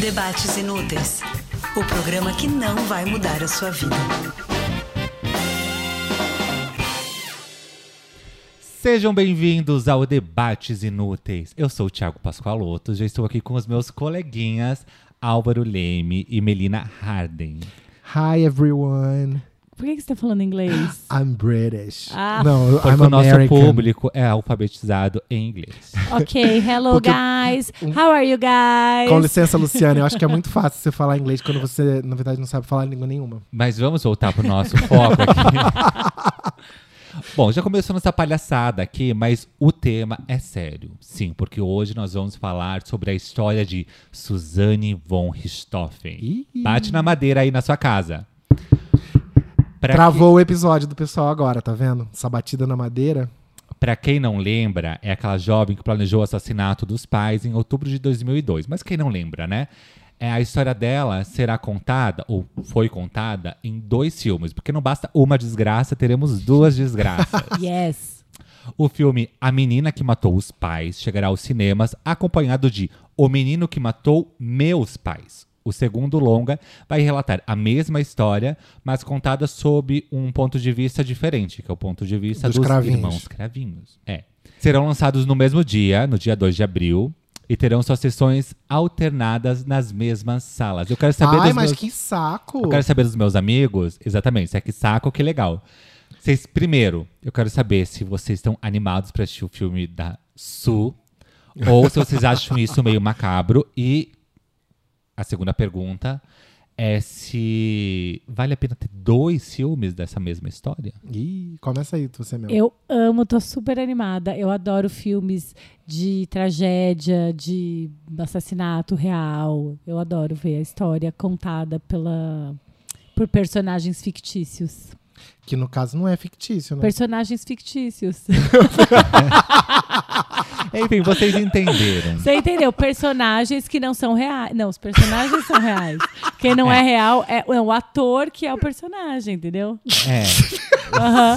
Debates Inúteis o programa que não vai mudar a sua vida. Sejam bem-vindos ao Debates Inúteis. Eu sou o Thiago Pascoaloto, já estou aqui com os meus coleguinhas Álvaro Leme e Melina Harden. Hi everyone, Por que, que você tá falando inglês? I'm British. Ah. Não, Porque I'm o nosso American. público é alfabetizado em inglês. ok, hello Porque- um- guys. How are you guys? Com licença, Luciana, eu acho que é muito fácil você falar inglês quando você, na verdade, não sabe falar língua nenhuma. Mas vamos voltar pro nosso foco aqui. Bom, já começou nossa palhaçada aqui, mas o tema é sério. Sim, porque hoje nós vamos falar sobre a história de Suzanne von Richthofen. Ih. Bate na madeira aí na sua casa. Pra Travou o episódio do pessoal agora, tá vendo? Essa batida na madeira. Pra quem não lembra, é aquela jovem que planejou o assassinato dos pais em outubro de 2002. Mas quem não lembra, né? É, a história dela será contada, ou foi contada, em dois filmes. Porque não basta uma desgraça, teremos duas desgraças. Yes. o filme A Menina que Matou os Pais chegará aos cinemas, acompanhado de O Menino que Matou Meus Pais. O segundo longa vai relatar a mesma história, mas contada sob um ponto de vista diferente, que é o ponto de vista dos, Dos cravinhos. irmãos cravinhos. É. Serão lançados no mesmo dia, no dia 2 de abril, e terão suas sessões alternadas nas mesmas salas. Eu quero saber Ai, dos mas meus... que saco! Eu quero saber dos meus amigos, exatamente, se é que saco, que legal. Vocês, primeiro, eu quero saber se vocês estão animados pra assistir o filme da Su, ou se vocês acham isso meio macabro. E a segunda pergunta é se vale a pena ter dois filmes dessa mesma história? Ih, começa aí, você mesmo. Eu amo, tô super animada. Eu adoro filmes de tragédia, de assassinato real. Eu adoro ver a história contada pela por personagens fictícios. Que no caso não é fictício, né? Personagens fictícios. Enfim, vocês entenderam. Você entendeu? Personagens que não são reais. Não, os personagens são reais. Quem não é, real é, é o ator que é o personagem, entendeu? É, Aham.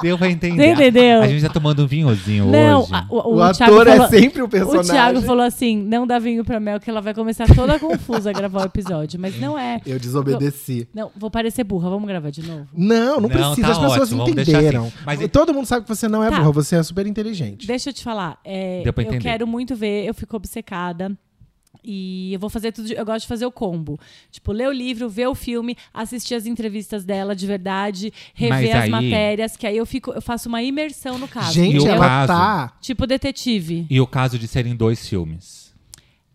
deu pra entender. Você entendeu? A gente tá tomando um vinhozinho Não, hoje. a- o, O, o ator Thiago é falou- sempre o O personagem. Thiago falou assim: não dá vinho pra Mel, que ela vai começar toda confusa a gravar o episódio. Mas não é. Eu desobedeci. Não, vou parecer burra, vamos gravar de novo. Não, não, Não, precisa, tá as pessoas ótimo, vamos deixar entenderam. assim. Mas- Todo mundo sabe que você não é Tá. burra, você é super inteligente. Deixa eu te falar. é, Deu pra eu entender. quero muito ver, eu fico obcecada. E eu vou fazer tudo. de- Eu gosto de fazer o combo. Tipo, ler o livro, ver o filme, assistir as entrevistas dela de verdade, Mas rever as aí- matérias, que aí eu fico, eu faço uma imersão no caso. E Gente, o entendeu? ela caso? tá. Tipo detetive. E o caso de serem dois filmes?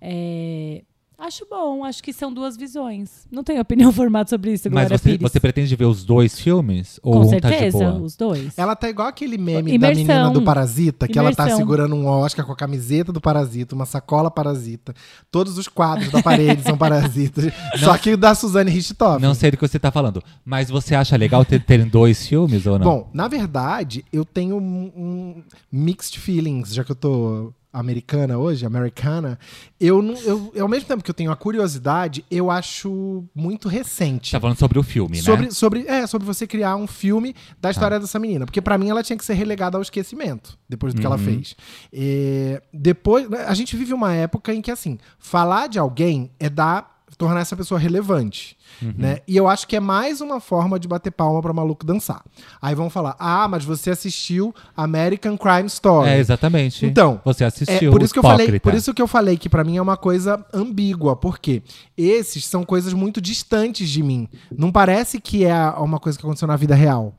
É, Acho bom, acho que são duas visões. Não tenho opinião formada sobre isso, Mas Glória você, Pires. você pretende ver os dois filmes? Ou Com um tá de certeza, boa? os dois. Ela tá igual aquele meme da Imersão. menina do Parasita, que ela tá Imersão. segurando um Oscar com a camiseta do Parasita, uma sacola Parasita. Todos os quadros da parede são parasitas. Só que o da Suzane Richthofen. Não sei do que você tá falando. Mas você acha legal ter- terem dois filmes ou não? Bom, na verdade, eu tenho um, um mixed feelings, já que eu tô americana hoje, americana. Eu não, eu, eu, ao mesmo tempo que eu tenho a curiosidade, eu acho muito recente. tá falando sobre o filme, sobre, né? Tá. sobre, é, sobre você criar um filme da história dessa menina. Porque pra mim ela tinha que ser relegada ao esquecimento, depois do que ela Uhum. fez. É, depois, a gente vive uma época em que, assim, falar de alguém é dar. Tornar essa pessoa relevante, Uhum. né? E eu acho que é mais uma forma de bater palma pra maluco dançar. Aí vão falar, ah, mas você assistiu American Crime Story. É, exatamente. Então, você assistiu. É, por isso que eu Hipócrita. falei, por isso que eu falei que pra mim é uma coisa ambígua, porque esses são coisas muito distantes de mim. Não parece que é uma coisa que aconteceu na vida real.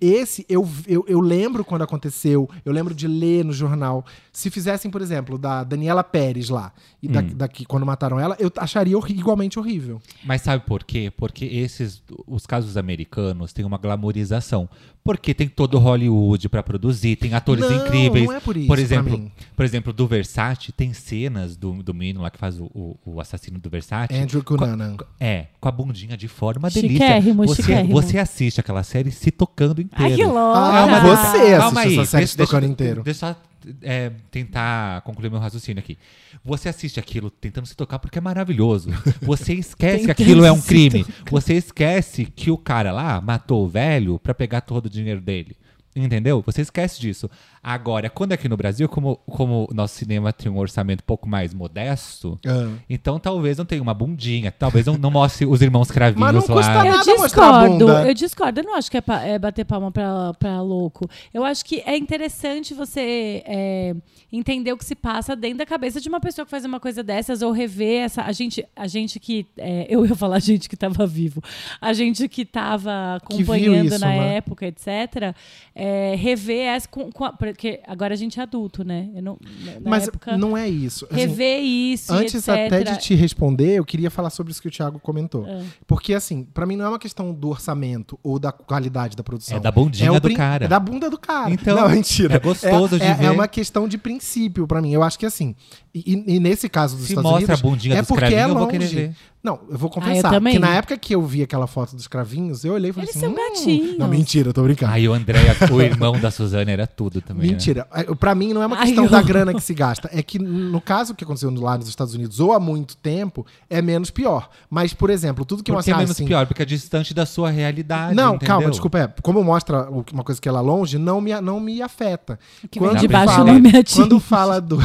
Esse eu, eu, eu lembro quando aconteceu, eu lembro de ler no jornal. Se fizessem, por exemplo, da Daniela Pérez lá, e da, daqui quando mataram ela, eu acharia horri- igualmente horrível. Mas sabe por quê? Porque esses, os casos americanos têm uma glamorização. Porque tem todo Hollywood pra produzir, tem atores Não, incríveis. não é por isso por pra exemplo, mim. por exemplo, do Versace tem cenas do, do menino lá que faz o, o- o assassino do Versace. Andrew Cunanan. É, com a bundinha de fora, uma delícia. Chiquérrimo, você, chiquérrimo. você assiste aquela série se tocando inteiro. Ai, que louca! Calma, Ah, você assiste essa série se tocando eu- inteiro. Deixa eu é, tentar concluir meu raciocínio aqui. Você assiste aquilo tentando se tocar porque é maravilhoso. Você esquece que Tentando aquilo é um se crime. Você esquece que o cara lá matou o velho pra pegar todo o dinheiro dele. Entendeu? Você esquece disso. Agora, quando aqui no Brasil, como, como o nosso cinema tem um orçamento um pouco mais modesto, Ah. então talvez não tenha uma bundinha, talvez não, não mostre os irmãos cravinhos Mas não lá. custa Eu nada mostrar a discordo, bunda. eu discordo. Eu não acho que é, pa- é bater palma pra, pra louco. Eu acho que é interessante você é, entender o que se passa dentro da cabeça de uma pessoa que faz uma coisa dessas ou rever essa. A gente, a gente que. é, eu ia falar a gente que tava vivo. A gente que tava Que viu acompanhando isso, na né? época, etc. É, rever essa. Com, com a- porque agora a gente é adulto, né? Eu não, na- na Mas época, não é isso. Assim, Rever isso. e Antes etc. até de te responder, eu queria falar sobre isso que o Thiago comentou. É. Porque, assim, pra mim não é uma questão do orçamento ou da qualidade da produção. É da bundinha o do prin- cara. É da bunda do cara. Então, não, mentira. é gostoso É- de é, ver. É uma questão de princípio pra mim. Eu acho que, assim, e, e nesse caso dos Se Estados mostra Unidos, a bundinha é dos porque é cravinhos, longe. eu vou querer ver. Não, eu vou Ah, eu confessar. também. que na época que eu vi aquela foto dos cravinhos, eu olhei e falei Eles assim... são "Hum". gatinhos. Não, mentira, eu tô brincando. Aí o Andréia, o irmão da Suzane, era tudo também. né? Mentira. É, Pra mim, não é uma Ai, questão eu- da grana que se gasta. É que, no caso que aconteceu lá nos Estados Unidos, ou há muito tempo, é menos pior. Mas, por exemplo, tudo que Porque é mostra menos assim, pior, porque é distante da sua realidade. Não, entendeu? calma, desculpa. É, como mostra o- uma coisa que é lá longe, não me, não me afeta. Que vem de baixo não me atinge. Quando fala do,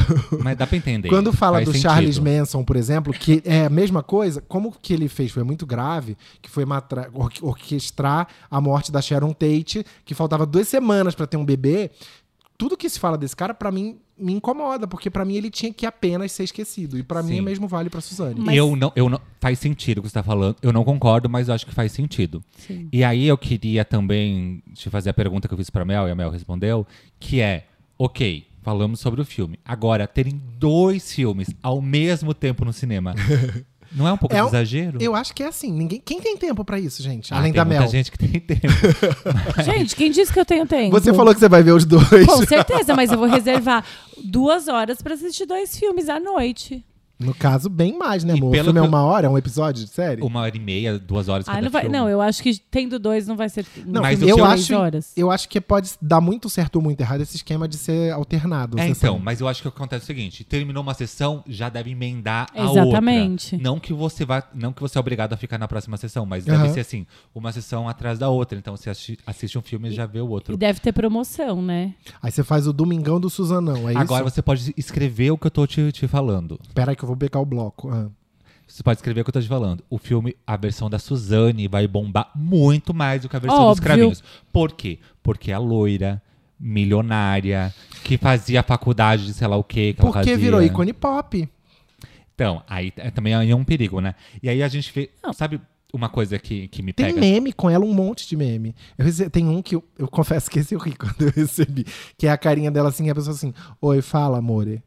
Mas dá pra entender. quando fala Faz do sentido. Charles Manson, por exemplo, que é a mesma coisa, como que ele fez foi muito grave, que foi matra- or- orquestrar a morte da Sharon Tate, que faltava duas semanas pra ter um bebê. Tudo que se fala desse cara, pra mim, me incomoda, porque pra mim ele tinha que apenas ser esquecido. E pra mim, Sim. o mesmo vale pra Suzane. Mas- Eu não, eu não. Faz sentido o que você tá falando. Eu não concordo, mas eu acho que faz sentido. Sim. E aí eu queria também te fazer a pergunta que eu fiz pra Mel e a Mel respondeu, que é, ok, falamos sobre o filme. Agora, terem dois filmes ao mesmo tempo no cinema, não é um pouco É de um- exagero? Eu acho que é assim. Ninguém, quem tem tempo pra isso, gente? Ah, Além tem da muita Mel. gente que tem tempo. Gente, quem disse que eu tenho tempo? Você falou que você vai ver os dois. Com certeza, mas eu vou reservar duas horas pra assistir dois filmes à noite. No caso, bem mais, né, E amor? O pelo filme é que- uma hora? É um episódio de série? Uma hora e meia, duas horas Ah, cada não, vai, filme. não, eu acho que tendo dois não vai ser. um Não, Mas filme o de eu, seu- três acho, horas. eu acho que pode dar muito certo ou muito errado esse esquema de ser alternado. É, você então, sabe. mas eu acho que acontece o seguinte: terminou uma sessão, já deve emendar a Exatamente. outra. Não que você vá, não que você é obrigado a ficar na próxima sessão, mas Aham. deve ser assim, uma sessão atrás da outra. Então você assisti- assiste um filme e já vê o E outro. deve ter promoção, né? Aí você faz o Domingão do Suzanão, é Agora isso? você pode escrever o que eu tô te, te falando. Pera aí que eu vou pegar o bloco. Ah. Você pode escrever o que eu tô te falando. O filme, a versão da Suzane vai bombar muito mais do que a versão dos Óbvio. cravinhos. Por quê? Porque a loira, milionária, que fazia faculdade de sei lá o quê, que ela Porque fazia. virou ícone pop. Então, aí t- também é um perigo, né? E aí a gente vê. Não. Sabe uma coisa que, que me Tem pega? meme com ela, um monte de meme. Eu rece- Tem um que eu, eu confesso que esse eu ri quando eu recebi. Que é a carinha dela assim, e a pessoa assim, oi, fala, amore.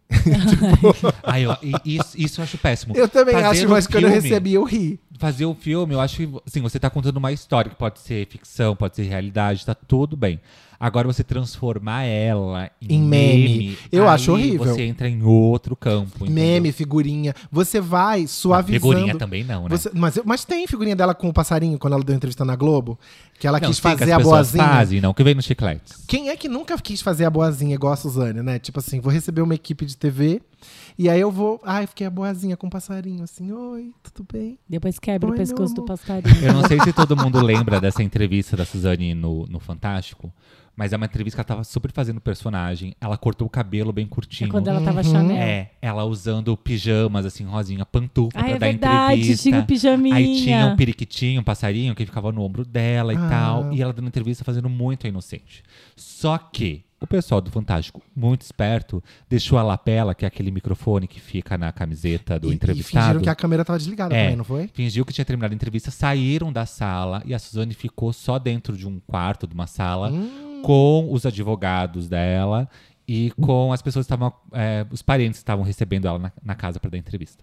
Ai, eu- e- isso, isso eu acho péssimo. Eu também Fazer acho, um mas quando eu filme- recebi, eu ri. Fazer um filme, eu acho que assim, você tá contando uma história que pode ser ficção, pode ser realidade, tá tudo bem. Agora você transformar ela em, Em meme. Eu aí acho horrível. Você entra em outro campo. entendeu? Meme, figurinha. Você vai A suavizando. Figurinha também não, né? Você- mas, mas tem figurinha dela com o passarinho quando ela deu entrevista na Globo? Que ela não, tá quis sim, que fazer as a pessoas boazinha. Fazem, não, que vem nos chicletes. Quem é que nunca quis fazer a boazinha igual a Suzane, né? Tipo assim, vou receber uma equipe de TV e aí eu vou. Ai, fiquei a boazinha com um passarinho, assim, oi, tudo bem? Depois quebra Ai, o meu pescoço do amor. passarinho. Eu não sei se todo mundo lembra dessa entrevista da Suzane no, no Fantástico, mas é uma entrevista que ela tava super fazendo personagem. Ela cortou o cabelo bem É curtinho. quando ela tava Uhum. Chanel. É, ela usando pijamas, assim, rosinha, pantufla né? pra Ah, é dar verdade, entrevista. tinha um pijaminha. Aí tinha um periquitinho, um passarinho que ficava no ombro dela e Ah. tal. E ela dando entrevista fazendo muito a inocente. Só que o pessoal do Fantástico, muito esperto, deixou a lapela, que é aquele microfone que fica na camiseta do E- E entrevistado. fingiram que a câmera tava desligada É. também, não foi? Fingiu que tinha terminado a entrevista, saíram da sala e a Suzane ficou só dentro de um quarto, de uma sala, com os advogados dela e com as pessoas que estavam. é, os parentes que estavam recebendo ela na, na casa para dar entrevista.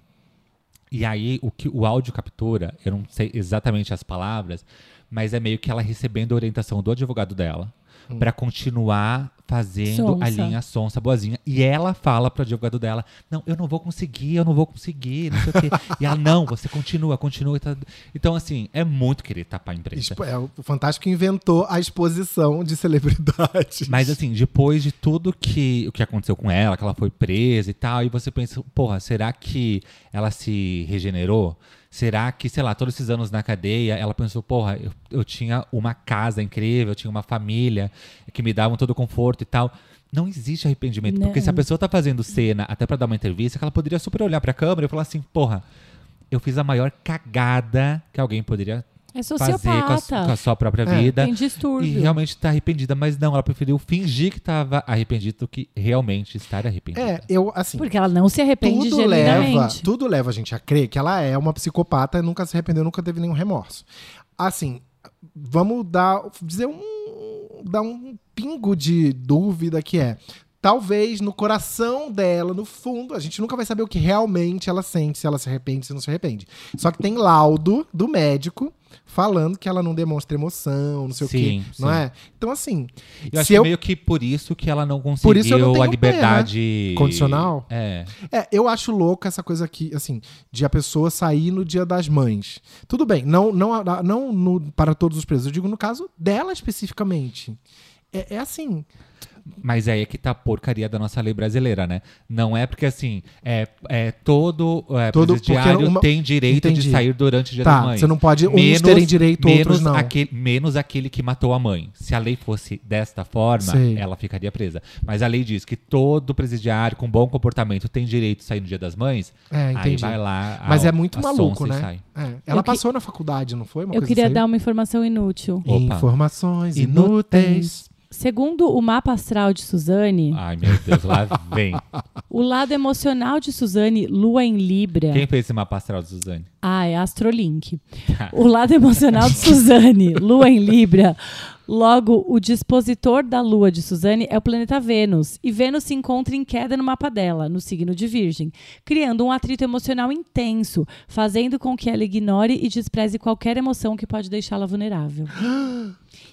E aí, o que o áudio captura, eu não sei exatamente as palavras, mas é meio que ela recebendo a orientação do advogado dela pra continuar fazendo a Sonsa. linha sonsa boazinha. E ela fala pro advogado dela: Não, eu não vou conseguir, eu não vou conseguir, não sei o quê. E ela: Não, você continua, continua. e tá- Então, assim, é muito querer tapar a imprensa. Expo- é, o Fantástico inventou a exposição de celebridades. Mas assim, depois de tudo que o que aconteceu com ela, que ela foi presa e tal, e você pensa, porra, será que ela se regenerou? Será que, sei lá, todos esses anos na cadeia, ela pensou, porra, eu, eu tinha uma casa incrível, eu tinha uma família que me davam todo o conforto e tal. Não existe arrependimento, Não. porque se a pessoa tá fazendo cena até pra dar uma entrevista, que ela poderia super olhar pra câmera e falar assim, porra, eu fiz a maior cagada que alguém poderia É fazer com a, su- com sociopata. a sua própria É. vida. Tem E distúrbio. realmente tá arrependida, mas não, ela preferiu fingir que tava arrependida do que realmente estar arrependida. É, eu, assim. Porque ela não se arrepende tudo leva, genuinamente. tudo leva a gente a crer que ela é uma psicopata, nunca se arrependeu, nunca teve nenhum remorso. Assim, vamos dar, dizer um, dar um pingo de dúvida que é, talvez no coração dela, no fundo, a gente nunca vai saber o que realmente ela sente, se ela se arrepende, se não se arrepende. Só que tem laudo do médico falando que ela não demonstra emoção, não sei Sim, o quê, não sim. é? Então assim, Eu acho se que eu meio que por isso que ela não Por isso eu não conseguiu tenho a pé, liberdade. né? Condicional? É. É, eu acho louco essa coisa aqui, assim, de a pessoa sair no dia das mães. Tudo bem, não, não, não no- para todos os presos, eu digo no caso dela especificamente. É, é assim. Mas aí é que tá a porcaria da nossa lei brasileira, né? Não é porque assim, é, é todo, é, Todo- presidiário porque uma- tem direito Entendi. de sair durante o dia das tá, mães. você não pode uns terem direito, menos outros não. Aquele, menos aquele que matou a mãe. Se a lei fosse desta forma, Sei. ela ficaria presa. Mas a lei diz que todo presidiário com bom comportamento tem direito de sair no dia das mães. É, aí entendi. vai lá. a- Mas é muito Ah, a maluco, sonsa e né? sai. É, Ela Eu que- passou na faculdade, não é foi? Uma Eu coisa queria assim? dar um- uma informação inútil. Opa. Informações inúteis. Segundo o mapa astral de Suzane, Ai, meu Deus, lá vem. o lado emocional de Suzane, lua em Libra. Quem fez esse mapa astral de Suzane? Ah, é Astrolink. O lado emocional de Suzane, Lua em Libra. Logo, o dispositor da Lua de Suzane é o planeta Vênus. E Vênus se encontra em queda no mapa dela, no signo de Virgem, criando um atrito emocional intenso, fazendo com que ela ignore e despreze qualquer emoção que pode deixá-la vulnerável.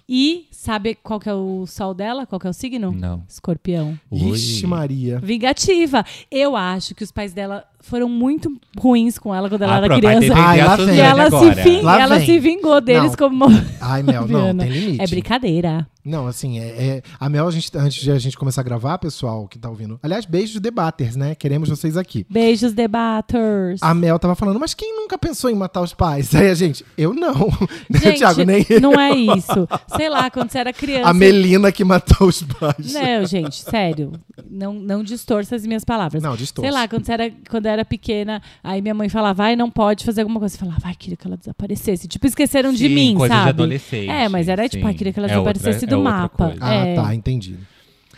E sabe qual que é o sol dela? Qual que é o signo? Não. Escorpião. Ixi, Maria. Vingativa. Eu acho que os pais dela foram muito ruins com ela quando ela Ah, era pronto, vai criança. defender Ai, a lá Suzane E vem. ela, agora. se, ving- né, Lá ela vem. se vingou deles Não. como Ai, Mel, não, Viana. tem limite. É brincadeira. Não, assim, é, é- a Mel, a gente, antes de a gente começar a gravar, pessoal que tá ouvindo. Aliás, beijos debaters, né? Queremos vocês aqui. Beijos, debaters. A Mel tava falando, mas quem nunca pensou em matar os pais? Aí a gente, eu não. Né, Gente, Thiago, nem não é isso. Sei lá, quando você era criança. a Melina que matou os pais. Não, gente, sério. Não, não distorça as minhas palavras. Não, distorce. Sei lá, quando, você era, quando eu era pequena, aí minha mãe falava, ai, não pode fazer alguma coisa. Você falava, ai, queria que ela desaparecesse. Tipo, esqueceram de Sim, mim, coisa de sabe? adolescente, É, mas era tipo, ai, sim. queria que ela É outra- desaparecesse é do outra mapa. coisa. Ah, é. tá, entendi.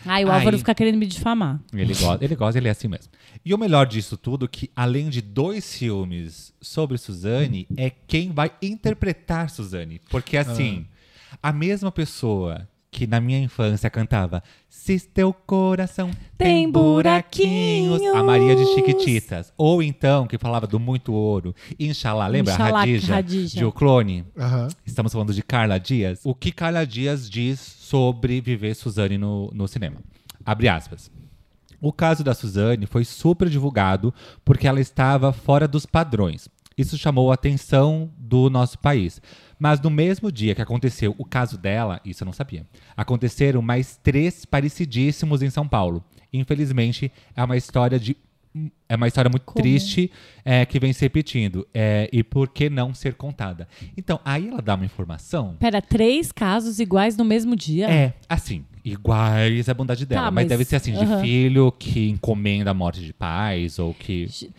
Ai, o Álvaro Aí- fica querendo me difamar. Ele gosta, ele gosta, ele é assim mesmo. E o melhor disso tudo, que além de dois filmes sobre Suzane, é quem vai interpretar Suzane. Porque assim, a mesma pessoa que na minha infância cantava Se teu coração tem, Tem buraquinhos, a Maria de buraquinhos. Chiquititas. Ou então, que falava do Muito Ouro, Inxalá, lembra? Inxalá, Radija, Radija. de O Clone. Aham. Estamos falando de Carla Dias. O que Carla Dias diz sobre viver Suzane no, no cinema? Abre aspas. O caso da Suzane foi super divulgado porque ela estava fora dos padrões. Isso chamou a atenção do nosso país. Mas no mesmo dia que aconteceu o caso dela, isso eu não sabia, aconteceram mais três parecidíssimos em São Paulo. Infelizmente, é uma história de. É uma história muito Comum. triste triste, é, que vem se repetindo. É, e por que não ser contada? Então, aí ela dá uma informação. Pera, três casos iguais no mesmo dia? É, assim, iguais à bondade dela. mas, Tá, mas- deve ser assim, de aham. filho que encomenda a morte de pais ou que. Sim,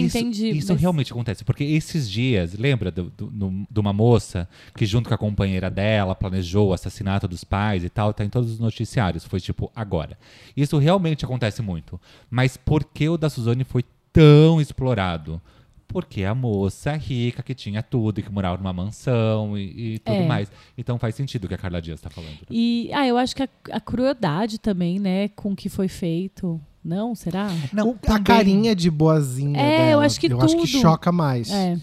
entendi, Isso mas- realmente acontece. Porque esses dias, lembra do- do- no- de uma moça que, junto com a companheira dela, planejou o assassinato dos pais e tal, tá em todos os noticiários. Foi tipo agora. Isso realmente acontece muito. Mas por que o da Suzane foi tão explorado? Porque a moça rica que tinha tudo e que morava numa mansão e, e tudo É. mais. Então faz sentido o que a Carla Dias tá falando. E ah, eu acho que a, a crueldade também, né, com que foi feito. Não, será? Não, O- a carinha de boazinha É, dela, eu acho que eu acho que tudo. choca mais. É.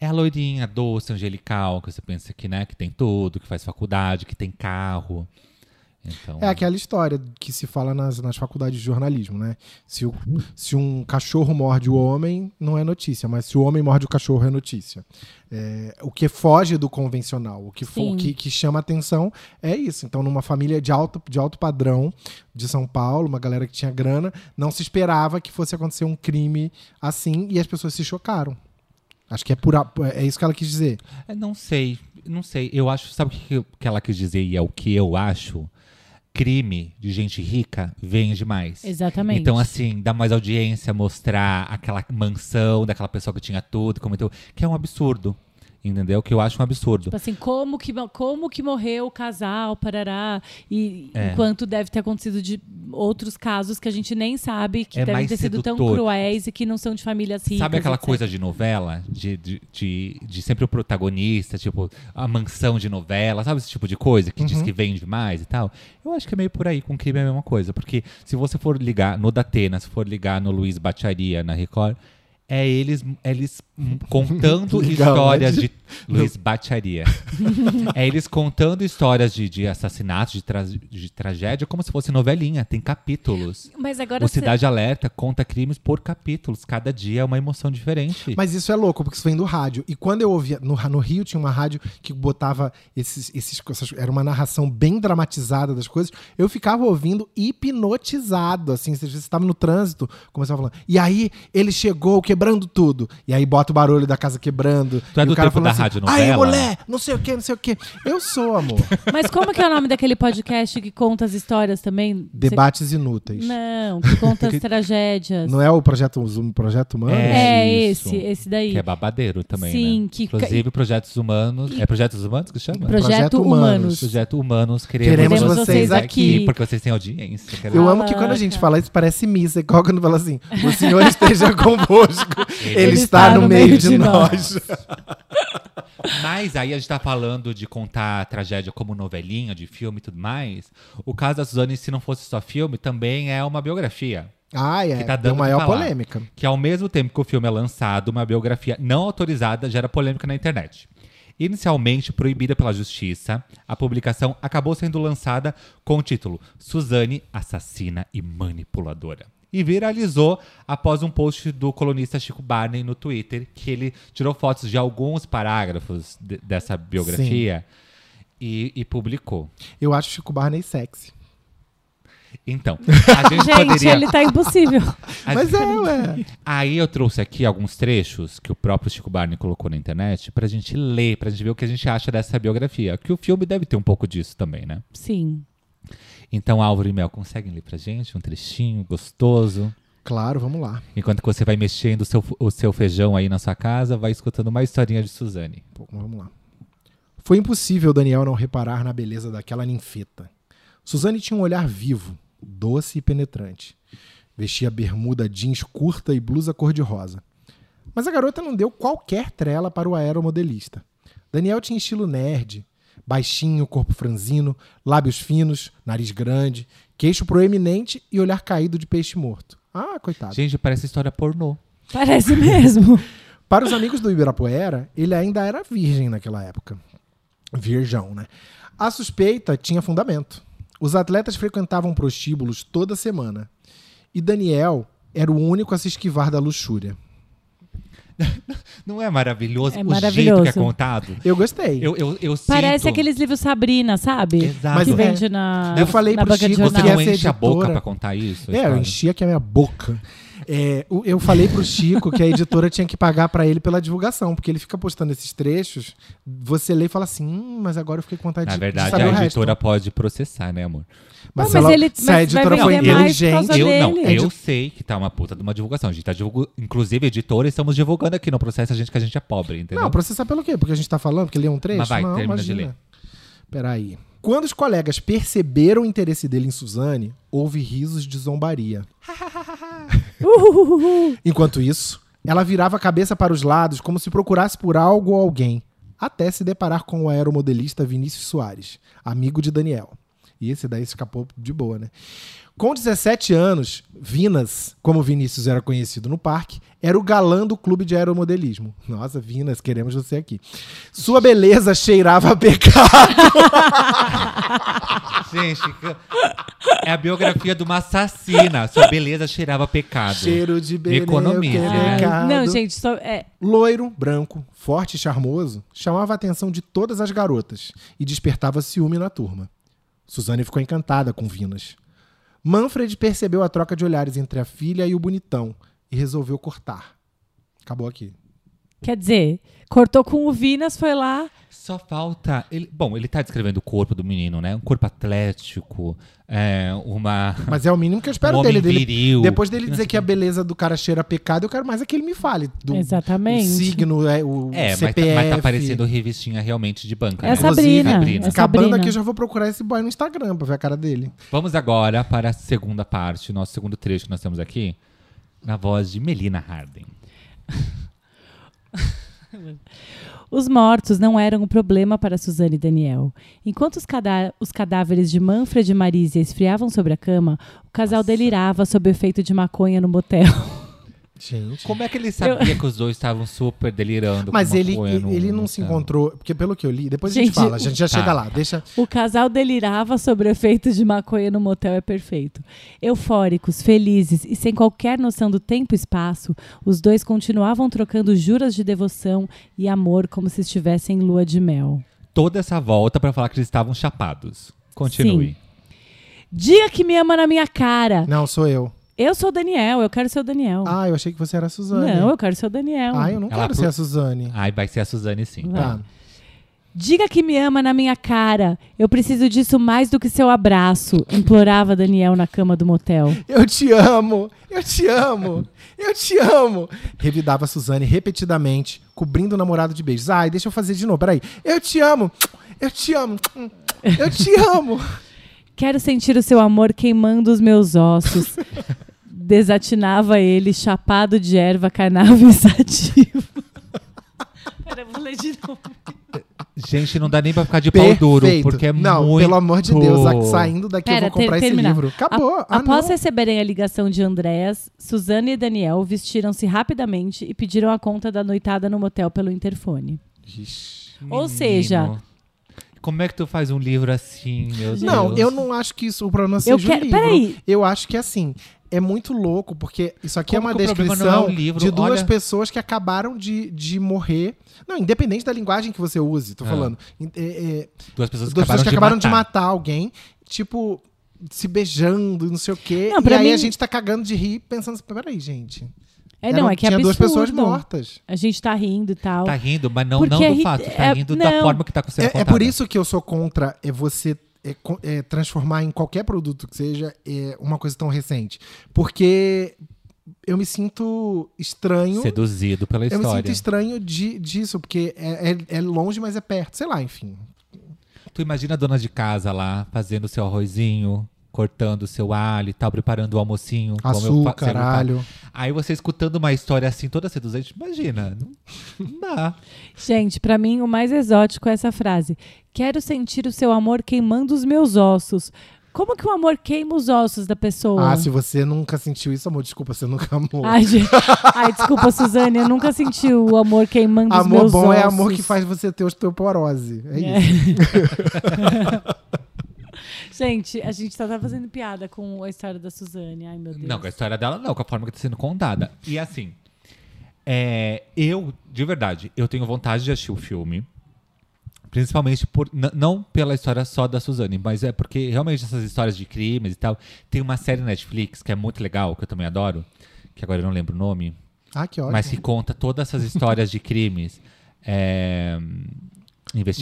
É a loirinha, doce, angelical, que você pensa que, né, que tem tudo, que faz faculdade, que tem carro. Então, É aquela história que se fala nas, nas faculdades de jornalismo, né? Se, o- se um cachorro morde o homem, não é notícia, mas se o homem morde o cachorro, é notícia. É, o que foge do convencional, o que, fo- Sim. que, que chama atenção é isso. Então, numa família de alto, de alto padrão de São Paulo, uma galera que tinha grana, não se esperava que fosse acontecer um crime assim e as pessoas se chocaram. Acho que é por a- é isso que ela quis dizer. É, Não sei, não sei. Eu acho, sabe o que que, que ela quis dizer e é o que eu acho? Crime de gente rica vende mais. Exatamente. Então, assim, dá mais audiência, mostrar aquela mansão daquela pessoa que tinha tudo, que comentou, que é um absurdo. Entendeu? Que eu acho um absurdo. Tipo assim, como que, como que morreu o casal, parará, e É. enquanto deve ter acontecido de outros casos que a gente nem sabe, que É devem mais ter sido tão sedutor. cruéis e que não são de famílias ricas. Sabe aquela etc. coisa de novela? De, de, de, de sempre o protagonista, tipo, a mansão de novela, sabe esse tipo de coisa que Uhum. diz que vende mais e tal? Eu acho que é meio por aí, com crime é a mesma coisa. Porque se você for ligar no Datena, se for ligar no Luiz Bacharia, na Record, é eles, eles hum, contando Legal, né? histórias de. Luiz Bacharia. é eles contando histórias de, de assassinatos, de, tra- de tragédia, como se fosse novelinha, tem capítulos. Mas agora O você- Cidade Alerta conta crimes por capítulos. Cada dia é uma emoção diferente. Mas isso é louco, porque isso vem do rádio. E quando eu ouvia. No, ra- no Rio tinha uma rádio que botava esses. esses essas- era uma narração bem dramatizada das coisas. Eu ficava ouvindo hipnotizado, assim. Você estava no trânsito, começava falando. E aí ele chegou quebrando tudo. E aí bota o barulho da casa quebrando. Tu é e do o cara tempo da falando assim, rádio Aí, novela?" mulher, não sei o quê, não sei o quê. Eu sou, amor. Mas como que é o nome daquele podcast que conta as histórias também? Debates inúteis. Você- Não, que conta as tragédias. Não é o projeto, o projeto humano? É isso. esse, esse daí. Que é babadeiro também, Sim, né? que- Inclusive, projetos humanos... É projetos humanos que chama? Projeto, Projeto Humanos. Projeto humanos, queremos, Queremos vocês, vocês aqui. aqui. Porque vocês têm audiência. queremos- Eu amo que quando a gente fala isso parece missa, igual quando fala assim: o Senhor esteja convosco, ele, está, no meio, de, nós. Mas aí a gente tá falando de contar a tragédia como novelinha, de filme e tudo mais. O caso da Suzane, se não fosse só filme, também é uma biografia. Ah, é. que tá deu dando o que maior falar. polêmica. Que ao mesmo tempo que o filme é lançado, uma biografia não autorizada gera polêmica na internet. Inicialmente proibida pela justiça, a publicação acabou sendo lançada com o título Suzane, assassina e manipuladora. E viralizou após um post do colunista Chico Barney no Twitter, que ele tirou fotos de alguns parágrafos de- dessa biografia e, e publicou. Eu acho Chico Barney sexy. Então, a gente, Gente, poderia. ele tá impossível. a Mas é, ué. Aí eu trouxe aqui alguns trechos que o próprio Chico Barney colocou na internet pra gente ler, pra gente ver o que a gente acha dessa biografia. Que o filme deve ter um pouco disso também, né? Sim. Então, Álvaro e Mel, conseguem ler pra gente um trechinho gostoso? Claro, vamos lá. Enquanto que você vai mexendo o seu, o seu feijão aí na sua casa, vai escutando mais historinha de Suzane. Pô, vamos lá. Foi impossível Daniel não reparar na beleza daquela ninfeta. Suzane tinha um olhar vivo, doce e penetrante. Vestia bermuda jeans curta e blusa cor-de-rosa. Mas a garota não deu qualquer trela para o aeromodelista. Daniel tinha estilo nerd, baixinho, corpo franzino, lábios finos, nariz grande, queixo proeminente e olhar caído de peixe morto. Ah, coitado. Gente, parece história pornô. Parece mesmo. Para os amigos do Ibirapuera, ele ainda era virgem naquela época. Virgão, né? A suspeita tinha fundamento. Os atletas frequentavam prostíbulos toda semana. E Daniel era o único a se esquivar da luxúria. Não é maravilhoso É o maravilhoso. jeito que é contado? Eu gostei. Eu, eu, eu Parece sinto- aqueles livros Sabrina, sabe? Exato. Que Mas vende é. na, Eu falei na pro banca de Chico que é Você jornal. não essa enche a boca editora- pra contar isso? a É, eu história? enchi aqui a minha boca. É, o- eu falei pro Chico que a editora tinha que pagar pra ele pela divulgação, porque ele fica postando esses trechos, você lê e fala assim, hum, mas agora eu fiquei com vontade Na de- de verdade, saber o a resto." editora pode processar, né, amor? Mas, Não, se mas ela- ele- se mas a vai editora foi vender mais por inteligente, causa Eu não, dele. eu sei que tá uma puta de uma divulgação. A gente tá divulgando. Inclusive, editora, estamos divulgando aqui no processo a gente que a gente é pobre, entendeu? Não, processar pelo quê? Porque a gente tá falando? Porque ele é um trecho? Mas vai, não, termina de imagina. ler. Peraí. Quando os colegas perceberam o interesse dele em Suzane, houve risos de zombaria. Enquanto isso, ela virava a cabeça para os lados como se procurasse por algo ou alguém, até se deparar com o aeromodelista Vinícius Soares, amigo de Daniel. E esse daí escapou de boa, né? Com 17 anos, Vinas, como Vinícius era conhecido no parque, era o galã do clube de aeromodelismo. Nossa, Vinas, queremos você aqui. Sua beleza cheirava a pecado. Gente, é a biografia de uma assassina. Sua beleza cheirava pecado. Cheiro de beleza. Economize, né? pecado. É. Não, gente, só, é, Loiro, branco, forte e charmoso, chamava a atenção de todas as garotas e despertava ciúme na turma. Suzane ficou encantada com Vinas. Manfred percebeu a troca de olhares entre a filha e o bonitão e resolveu cortar. Acabou aqui. Quer dizer, cortou com o Vinas, foi lá. Só falta. Ele, bom, ele tá descrevendo o corpo do menino, né? Um corpo atlético, é, uma. Mas é o mínimo que eu espero Um homem dele, dele- viril. Depois dele Que não dizer sei que a beleza do cara cheira a pecado, eu quero mais é que ele me fale. Do Exatamente. O signo, é, o É, mas tá, CPF. mas tá parecendo revistinha realmente de banca. É né? Sabrina. Sabrina. É Acabando Sabrina. aqui, eu já vou procurar esse boy no Instagram pra ver a cara dele. Vamos agora para a segunda parte, nosso segundo trecho que nós temos aqui, na voz de Melina Harden. Os mortos não eram um problema para Suzane e Daniel. Enquanto os, cadá- os cadáveres de Manfred e Marisa esfriavam sobre a cama, o casal delirava sob o efeito de maconha no motel. Gente. Como é que ele sabia que os dois estavam super delirando? com Mas uma ele, coisa no- ele não no se céu? encontrou, porque pelo que eu li, depois a gente Gente, fala, a gente já tá. chega lá, deixa. O casal delirava sobre o efeito de maconha no motel é perfeito. Eufóricos, felizes e sem qualquer noção do tempo e espaço, os dois continuavam trocando juras de devoção e amor como se estivessem em lua de mel. Toda essa volta pra falar que eles estavam chapados. Continue. Sim. Diga que me ama na minha cara. Não, sou eu. Eu sou o Daniel, eu quero ser o Daniel. Ah, eu achei que você era a Suzane. não, eu quero ser o Daniel. Ah, eu não Ela quero pro- ser a Suzane. Ai, vai ser a Suzane sim. Vai. Tá. Diga que me ama na minha cara. Eu preciso disso mais do que seu abraço, implorava Daniel na cama do motel. Eu te amo, eu te amo, eu te amo. Revidava a Suzane repetidamente, cobrindo o namorado de beijos. Ai, deixa eu fazer de novo, peraí. Eu te amo, eu te amo, eu te amo. Quero sentir o seu amor queimando os meus ossos. Desatinava ele, chapado de erva cannabis sativa. Pera, eu vou ler de novo. Gente, não dá nem pra ficar de pau duro, porque é não, muito... pelo amor de Deus, a- saindo daqui eu Pera, vou comprar esse ter- terminar. livro. Acabou. A- ah, após não. receberem a ligação de Andréas, Suzane e Daniel vestiram-se rapidamente e pediram a conta da noitada no motel pelo interfone. Ou seja- Como é que tu faz um livro assim, meu Não, Deus? eu não acho que isso o problema seja o quero- livro. peraí. Eu acho que assim, é muito louco, porque isso aqui Como é uma que o problema descrição não é o livro? de duas Olha- pessoas que acabaram de, de morrer. Não, independente da linguagem que você use, tô Ah. falando. É, é, Duas pessoas, duas pessoas que acabaram de matar. matar alguém, tipo, se beijando, não sei o quê. Não, e pra aí a mim- gente tá cagando de rir, pensando assim, peraí, gente. É, não, Eram- é que um é Tinha absurdo. duas pessoas mortas. A gente tá rindo e tal. Tá rindo, mas não, Porque não é do ri- fato. Tá é- rindo da não. forma que tá sendo É, contada. é por isso que eu sou contra é você é, co- é, transformar em qualquer produto que seja é, uma coisa tão recente. Porque eu me sinto estranho. Seduzido pela eu me história. sinto estranho de, disso, porque é, é- é longe, mas é perto. Sei lá, enfim. Tu imagina a dona de casa lá, fazendo seu arrozinho, cortando o seu alho e tal, preparando o almocinho. como eu fa- Açúcar, sempre falo. caralho. Aí você escutando uma história assim, toda seduzente, imagina. Não, não dá. Gente, pra mim o mais exótico é essa frase. Quero sentir o seu amor queimando os meus ossos. Como que o amor queima os ossos da pessoa? Ah, se você nunca sentiu isso, amor, desculpa, você nunca amou. Ai, gente. Ai, desculpa, Suzane, eu nunca senti o amor queimando os amor um meus bom ossos. é amor que faz você ter osteoporose. É isso. É. Gente, a gente só tá fazendo piada com a história da Suzane. Ai, meu Deus. Não, com a história dela não, com a forma que tá sendo contada. E assim, é, eu, de verdade, eu tenho vontade de assistir o filme. Principalmente por. n- Não pela história só da Suzane, mas é porque realmente essas histórias de crimes e tal. Tem uma série na Netflix que é muito legal, que eu também adoro, que agora eu não lembro o nome, Ah, que ótimo. mas que conta todas essas histórias de crimes. É,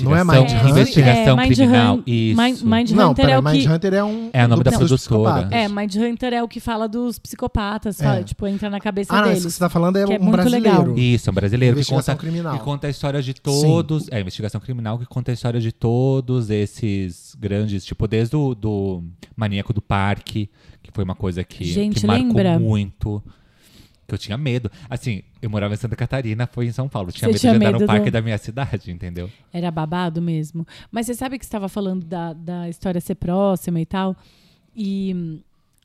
Não é investigação Mindhunter? investigação Mind criminal. Hun- Isso. É, Mind, Mindhunter não, peraí, é o que... Mindhunter é um. É o nome do- da dos produtora. psicopatas. É, Mindhunter é o que fala dos psicopatas, É. fala, tipo, entra na cabeça Ah, não, isso que deles. você tá falando é que é um muito brasileiro. legal. Isso, é um brasileiro que Investigação conta, criminal. que conta a história de todos. É, investigação criminal que conta a história de todos esses grandes, tipo, desde o do Maníaco do Parque, que foi uma coisa que, Gente, que marcou lembra? muito. Que eu tinha medo. Assim, eu morava em Santa Catarina, foi em São Paulo. Tinha Você medo tinha de andar no medo do- parque da minha cidade, entendeu? Era babado mesmo. Mas você sabe que você estava falando da, da história ser próxima e tal. E hum,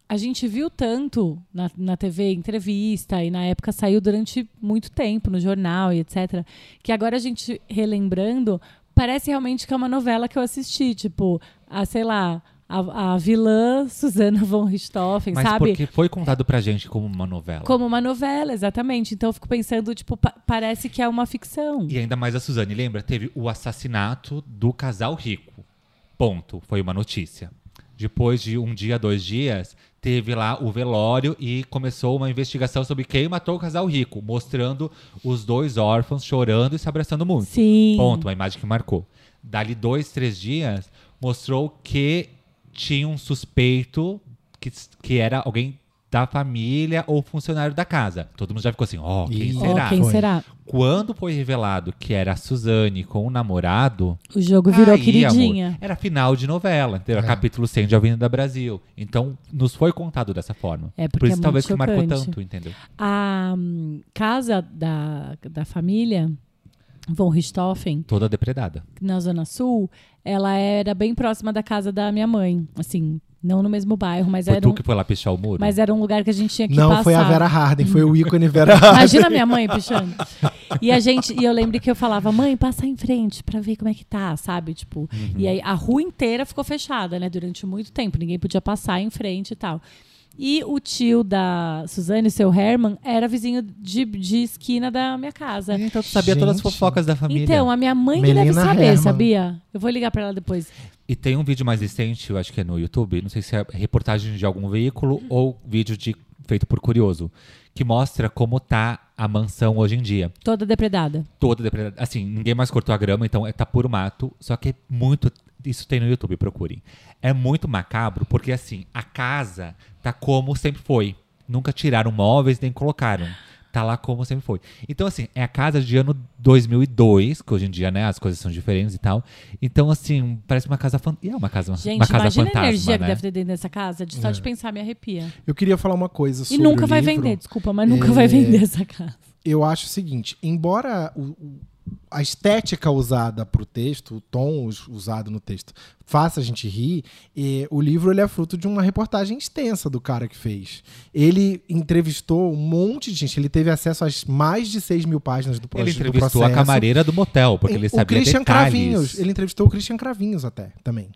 a gente viu tanto na, na TV, entrevista, e na época saiu durante muito tempo no jornal e etc. Que agora a gente relembrando, parece realmente que é uma novela que eu assisti. Tipo, a, sei lá, a, a vilã Susana von Richthofen, Mas sabe? porque foi contado pra gente como uma novela. Como uma novela, exatamente. Então eu fico pensando, tipo, pa- parece que é uma ficção. E ainda mais a Suzane, lembra? Teve o assassinato do casal rico. Ponto. Foi uma notícia. Depois de um dia, dois dias, teve lá o velório e começou uma investigação sobre quem matou o casal rico, mostrando os dois órfãos chorando e se abraçando muito. Sim. Ponto, uma imagem que marcou. Dali dois, três dias, mostrou que tinha um suspeito que, que era alguém da família ou funcionário da casa. Todo mundo já ficou assim, ó, quem Ih. Ó, será? Oh, quem Foi. será? Quando foi revelado que era a Suzane com o namorado, O jogo virou Aí, queridinha. amor, era final de novela, entendeu? Era Capítulo 100 de Avenida Brasil. Então, nos foi contado dessa forma. É, Por porque isso, é muito talvez, que marcou chocante. tanto, entendeu? A hum, casa da, da família von Richthofen, Toda depredada. na Zona Sul, ela era bem próxima da casa da minha mãe. Assim, não no mesmo bairro, mas foi era tu um, que foi né? lá pichar o muro? mas era um lugar que a gente tinha que Então, Não passar. foi a Vera Harden, foi o ícone Vera Harden. Imagina minha mãe pichando. E a gente, e eu lembro que eu falava, mãe, passa em frente pra ver como é que tá, sabe? Tipo, Uhum. e aí a rua inteira ficou fechada, né? Durante muito tempo, ninguém podia passar em frente e tal. E o tio da Suzane, o seu Herman, era vizinho de, de esquina da minha casa. Então, tu sabia todas as Gente. fofocas da família. Então, a minha mãe que deve Melina saber, Herman. sabia? Eu vou ligar pra ela depois. E tem um vídeo mais recente, eu acho que é no YouTube, não sei se é reportagem de algum veículo ou vídeo de, feito por curioso, que mostra como tá a mansão hoje em dia. Toda depredada. Toda depredada. Assim, ninguém mais cortou a grama, então é, tá puro mato. Só que é muito. Isso tem no YouTube, procurem. É muito macabro, porque assim, a casa tá como sempre foi. Nunca tiraram móveis nem colocaram. Tá lá como sempre foi. Então, assim, é a casa de ano 2002, que hoje em dia, né, as coisas são diferentes e tal. Então, assim, parece uma casa fantástica. É uma casa, Gente, uma casa imagina fantasma, a energia né? que deve ter dentro dessa casa. De, só de pensar me arrepia. Eu queria falar uma coisa E É. sobre nunca o vai livro. vender, desculpa, mas nunca vai É. vender essa casa. Eu acho o seguinte, embora o- o- a estética usada para o texto, o tom us- usado no texto, faça a gente rir, eh, o livro ele é fruto de uma reportagem extensa do cara que fez. Ele entrevistou um monte de gente, ele teve acesso às mais de 6 mil páginas do, proje- Ele do entrevistou a processo. camareira do motel, porque ele o sabia Christian detalhes. Cravinhos, ele entrevistou o Christian Cravinhos até, também.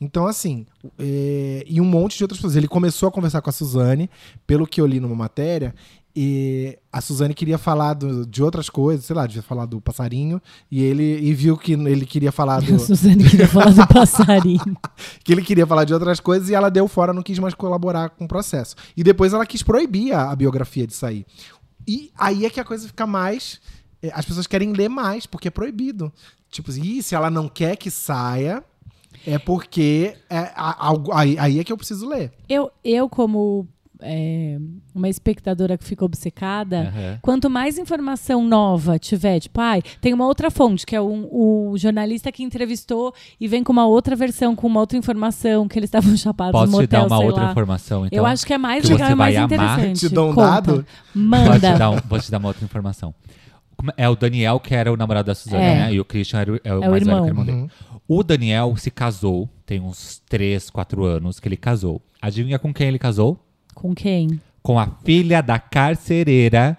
Então, assim, é, e um monte de outras pessoas. Ele começou a conversar com a Suzane, pelo que eu li numa matéria, e a Suzane queria falar do- de outras coisas, sei lá, devia falar do passarinho, e ele e viu que ele queria falar Tipo, do, A Suzane queria falar do passarinho. que ele queria falar de outras coisas e ela deu fora, não quis mais colaborar com o processo. E depois ela quis proibir a, a biografia de sair. E aí é que a coisa fica mais. eh, As pessoas querem ler mais, porque é proibido. Tipo, e se ela não quer que saia, é porque. é a- algo- aí, aí é que eu preciso ler. Eu, eu como é, uma espectadora que fica obcecada, Aham. quanto mais informação nova tiver, tipo, ai, tem uma outra fonte, que é um- o jornalista que entrevistou e vem com uma outra versão, com uma outra informação, que eles estavam chapados Posso no te dar motel, uma sei outra lá. informação, então? eu acho que é mais que legal, você é mais vai amar. interessante. Te dou um Conta. dado? Vou te, Manda. dar um- vou te dar uma outra informação. Como- É o Daniel que era o namorado da Suzana, É. né? E o Christian era o, é o É mais o velho que irmão. era o irmão dele. O Daniel se casou, tem uns 3, 4 anos que ele casou. Adivinha com quem ele casou? Com quem? Com a filha da carcereira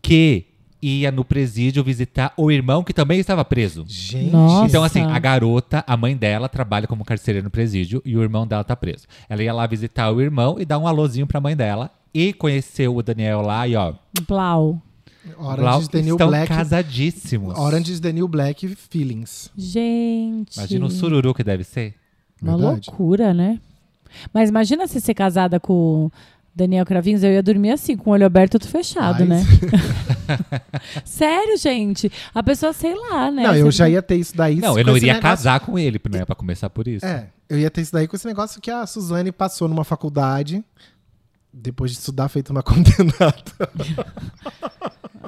que ia no presídio visitar o irmão que também estava preso. Gente. Nossa. Então, assim, a garota, a mãe dela, trabalha como carcereira no presídio e o irmão dela tá preso. Ela ia lá visitar o irmão e dar um alôzinho pra mãe dela. E conheceu o Daniel lá e, ó, Blau. Orange Blau is the New estão Black. casadíssimos. Orange is the New Black Feelings. Gente. Imagina o sururu que deve ser. Uma Verdade. loucura, né? Mas imagina você ser casada com o Daniel Cravinhos, eu ia dormir assim, com o olho aberto e outro fechado, né? Mas- Sério, gente. A pessoa, sei lá, né? Não, eu Você- já ia ter isso daí. não, com eu não esse iria negócio casar com ele, né? Pra começar por isso. É, eu ia ter isso daí com esse negócio que a Suzane passou numa faculdade, depois de estudar, feito uma condenada.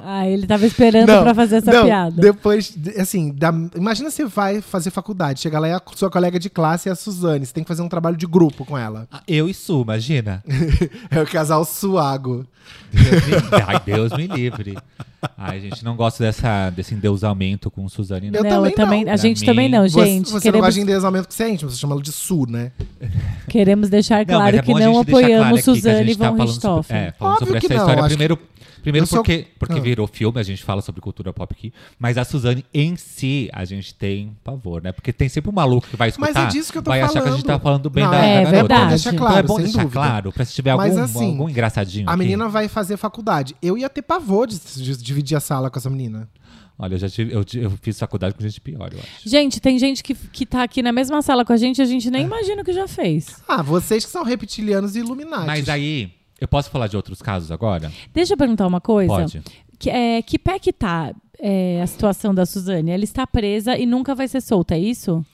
Ah, ele tava esperando pra fazer essa não, piada. Depois, de- assim, da- imagina você vai fazer faculdade, chega lá e a sua colega de classe é a Suzane, você tem que fazer um trabalho de grupo com ela. Ah, Eu e Su, imagina. É o casal suago. Deus me- Ai, Deus me livre. Ai, gente, não gosto dessa, desse endeusamento com Suzane. não. eu também não. Pra A gente mim, também não, Você- gente. você não queremos, gosta de endeusamento que você é íntimo, você chama ela de Su, né? queremos deixar mas claro é que bom a não gente deixar apoiamos claro aqui que a Suzane gente tá von falando sobre- Richthofen. É, falando Óbvio sobre que essa não, história. acho Primeiro, primeiro eu sou- porque, porque Ah. virou filme, a gente fala sobre cultura pop aqui. Mas a Suzane em si, a gente tem pavor, né? Porque tem sempre um maluco que vai escutar. Mas é disso que eu tô vai achar que a gente tá falando falando. bem Não, da, é da garota. verdade. né? Deixa Então é claro, bom sem deixar dúvida. claro, pra se tiver Mas algum, assim, algum engraçadinho. A aqui. menina vai fazer faculdade. Eu ia ter pavor de, de dividir a sala com essa menina. Olha, eu já tive, eu, eu fiz faculdade com gente pior, eu acho. Gente, tem gente que, que tá aqui na mesma sala com a gente, a gente nem É. imagina o que já fez. Ah, vocês que são reptilianos e iluminados. Mas aí, eu posso falar de outros casos agora? Deixa eu perguntar uma coisa. Pode. Que, é, que pé que tá é, a situação da Suzane? Ela está presa e nunca vai ser solta, é isso?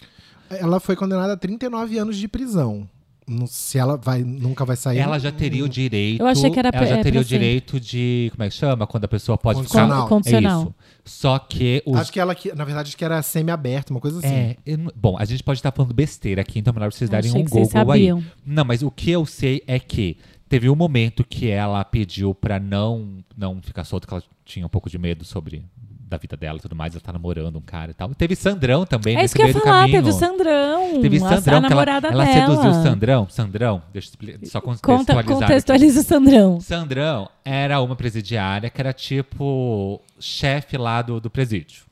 Ela foi condenada a 39 anos de prisão. Não- se ela vai, nunca vai sair. Ela já teria o direito. Uhum. Eu achei que era Ela já pra- é teria o pra sempre. direito de. Como é que chama? Quando a pessoa pode Condicional. ficar. Condicional. É isso. Só que os. Acho que ela, que- na verdade, acho que era semi-aberta, uma coisa assim. É, eu não- bom, a gente pode estar falando besteira aqui, então é melhor vocês darem Achei um que vocês Google aí. sabiam. Não, mas o que eu sei é que teve um momento que ela pediu pra não não ficar solta, que ela tinha um pouco de medo sobre da vida dela e tudo mais, ela tá namorando um cara e tal. Teve Sandrão também é nesse isso que eu ia meio do falar, caminho. teve o Sandrão. Teve a- Sandrão, a, que ela, namorada ela dela. seduziu o Sandrão. Sandrão, deixa eu expli- só contextualizar. Conta, aqui. contextualiza o Sandrão. Sandrão era uma presidiária que era tipo chefe lá do, do presídio.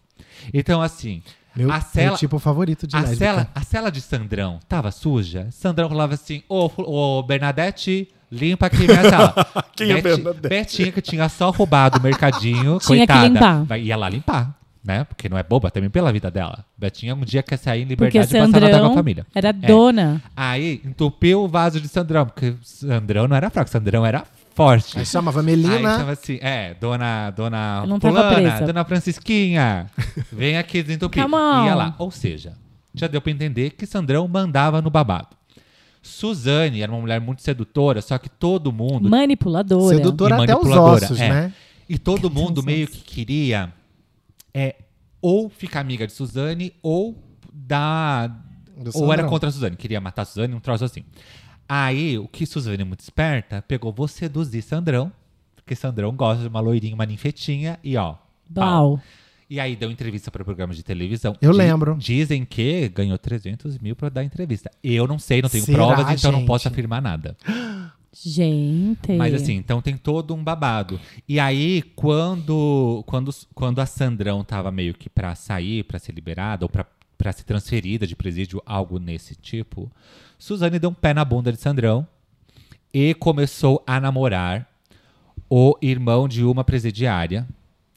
Então, assim, Meu, a cela. meu tipo favorito de a lésbica. cela, a cela de Sandrão tava suja. Sandrão falava assim: Ô, fu- ô Bernadette, limpa aqui minha sala. Quem é Beti- Bernadette? Betinha, que tinha só roubado o mercadinho. Tinha que coitada. limpar. vai- Ia lá limpar, né? Porque não é boba também pela vida dela. Betinha um dia quer sair em Porque liberdade e passar Natal com a Sandrão família. É. era dona. Aí entupiu o vaso de Sandrão, porque Sandrão não era fraco, Sandrão era forte. Aí chamava Aí Melina. chama assim, é, dona, dona Eu não tava fulana, presa. dona Francisquinha, vem aqui desentupir. Come on. Ia lá. Ou seja, já deu pra entender que Sandrão mandava no babado. Suzane era uma mulher muito sedutora, só que todo mundo... Manipuladora. Sedutora E até os manipuladora, ossos, é. né? E todo mundo meio que queria é, ou ficar amiga de Suzane ou dar... Do Ou era Sandrão. contra a Suzane, queria matar a Suzane, um troço assim. Aí, o que Suzane é muito esperta, pegou, vou seduzir Sandrão, porque Sandrão gosta de uma loirinha, uma ninfetinha, e ó. pau. Bau. E aí deu entrevista para programas de televisão. Eu Di- lembro. Dizem que ganhou 300 mil para dar entrevista. Eu não sei, não tenho Será, provas, então não gente? posso afirmar nada. Gente. Mas assim, então tem todo um babado. E aí, quando, quando, quando a Sandrão tava meio que pra sair, pra ser liberada, ou pra, pra ser transferida de presídio, algo nesse tipo, Suzane deu um pé na bunda de Sandrão e começou a namorar o irmão de uma presidiária,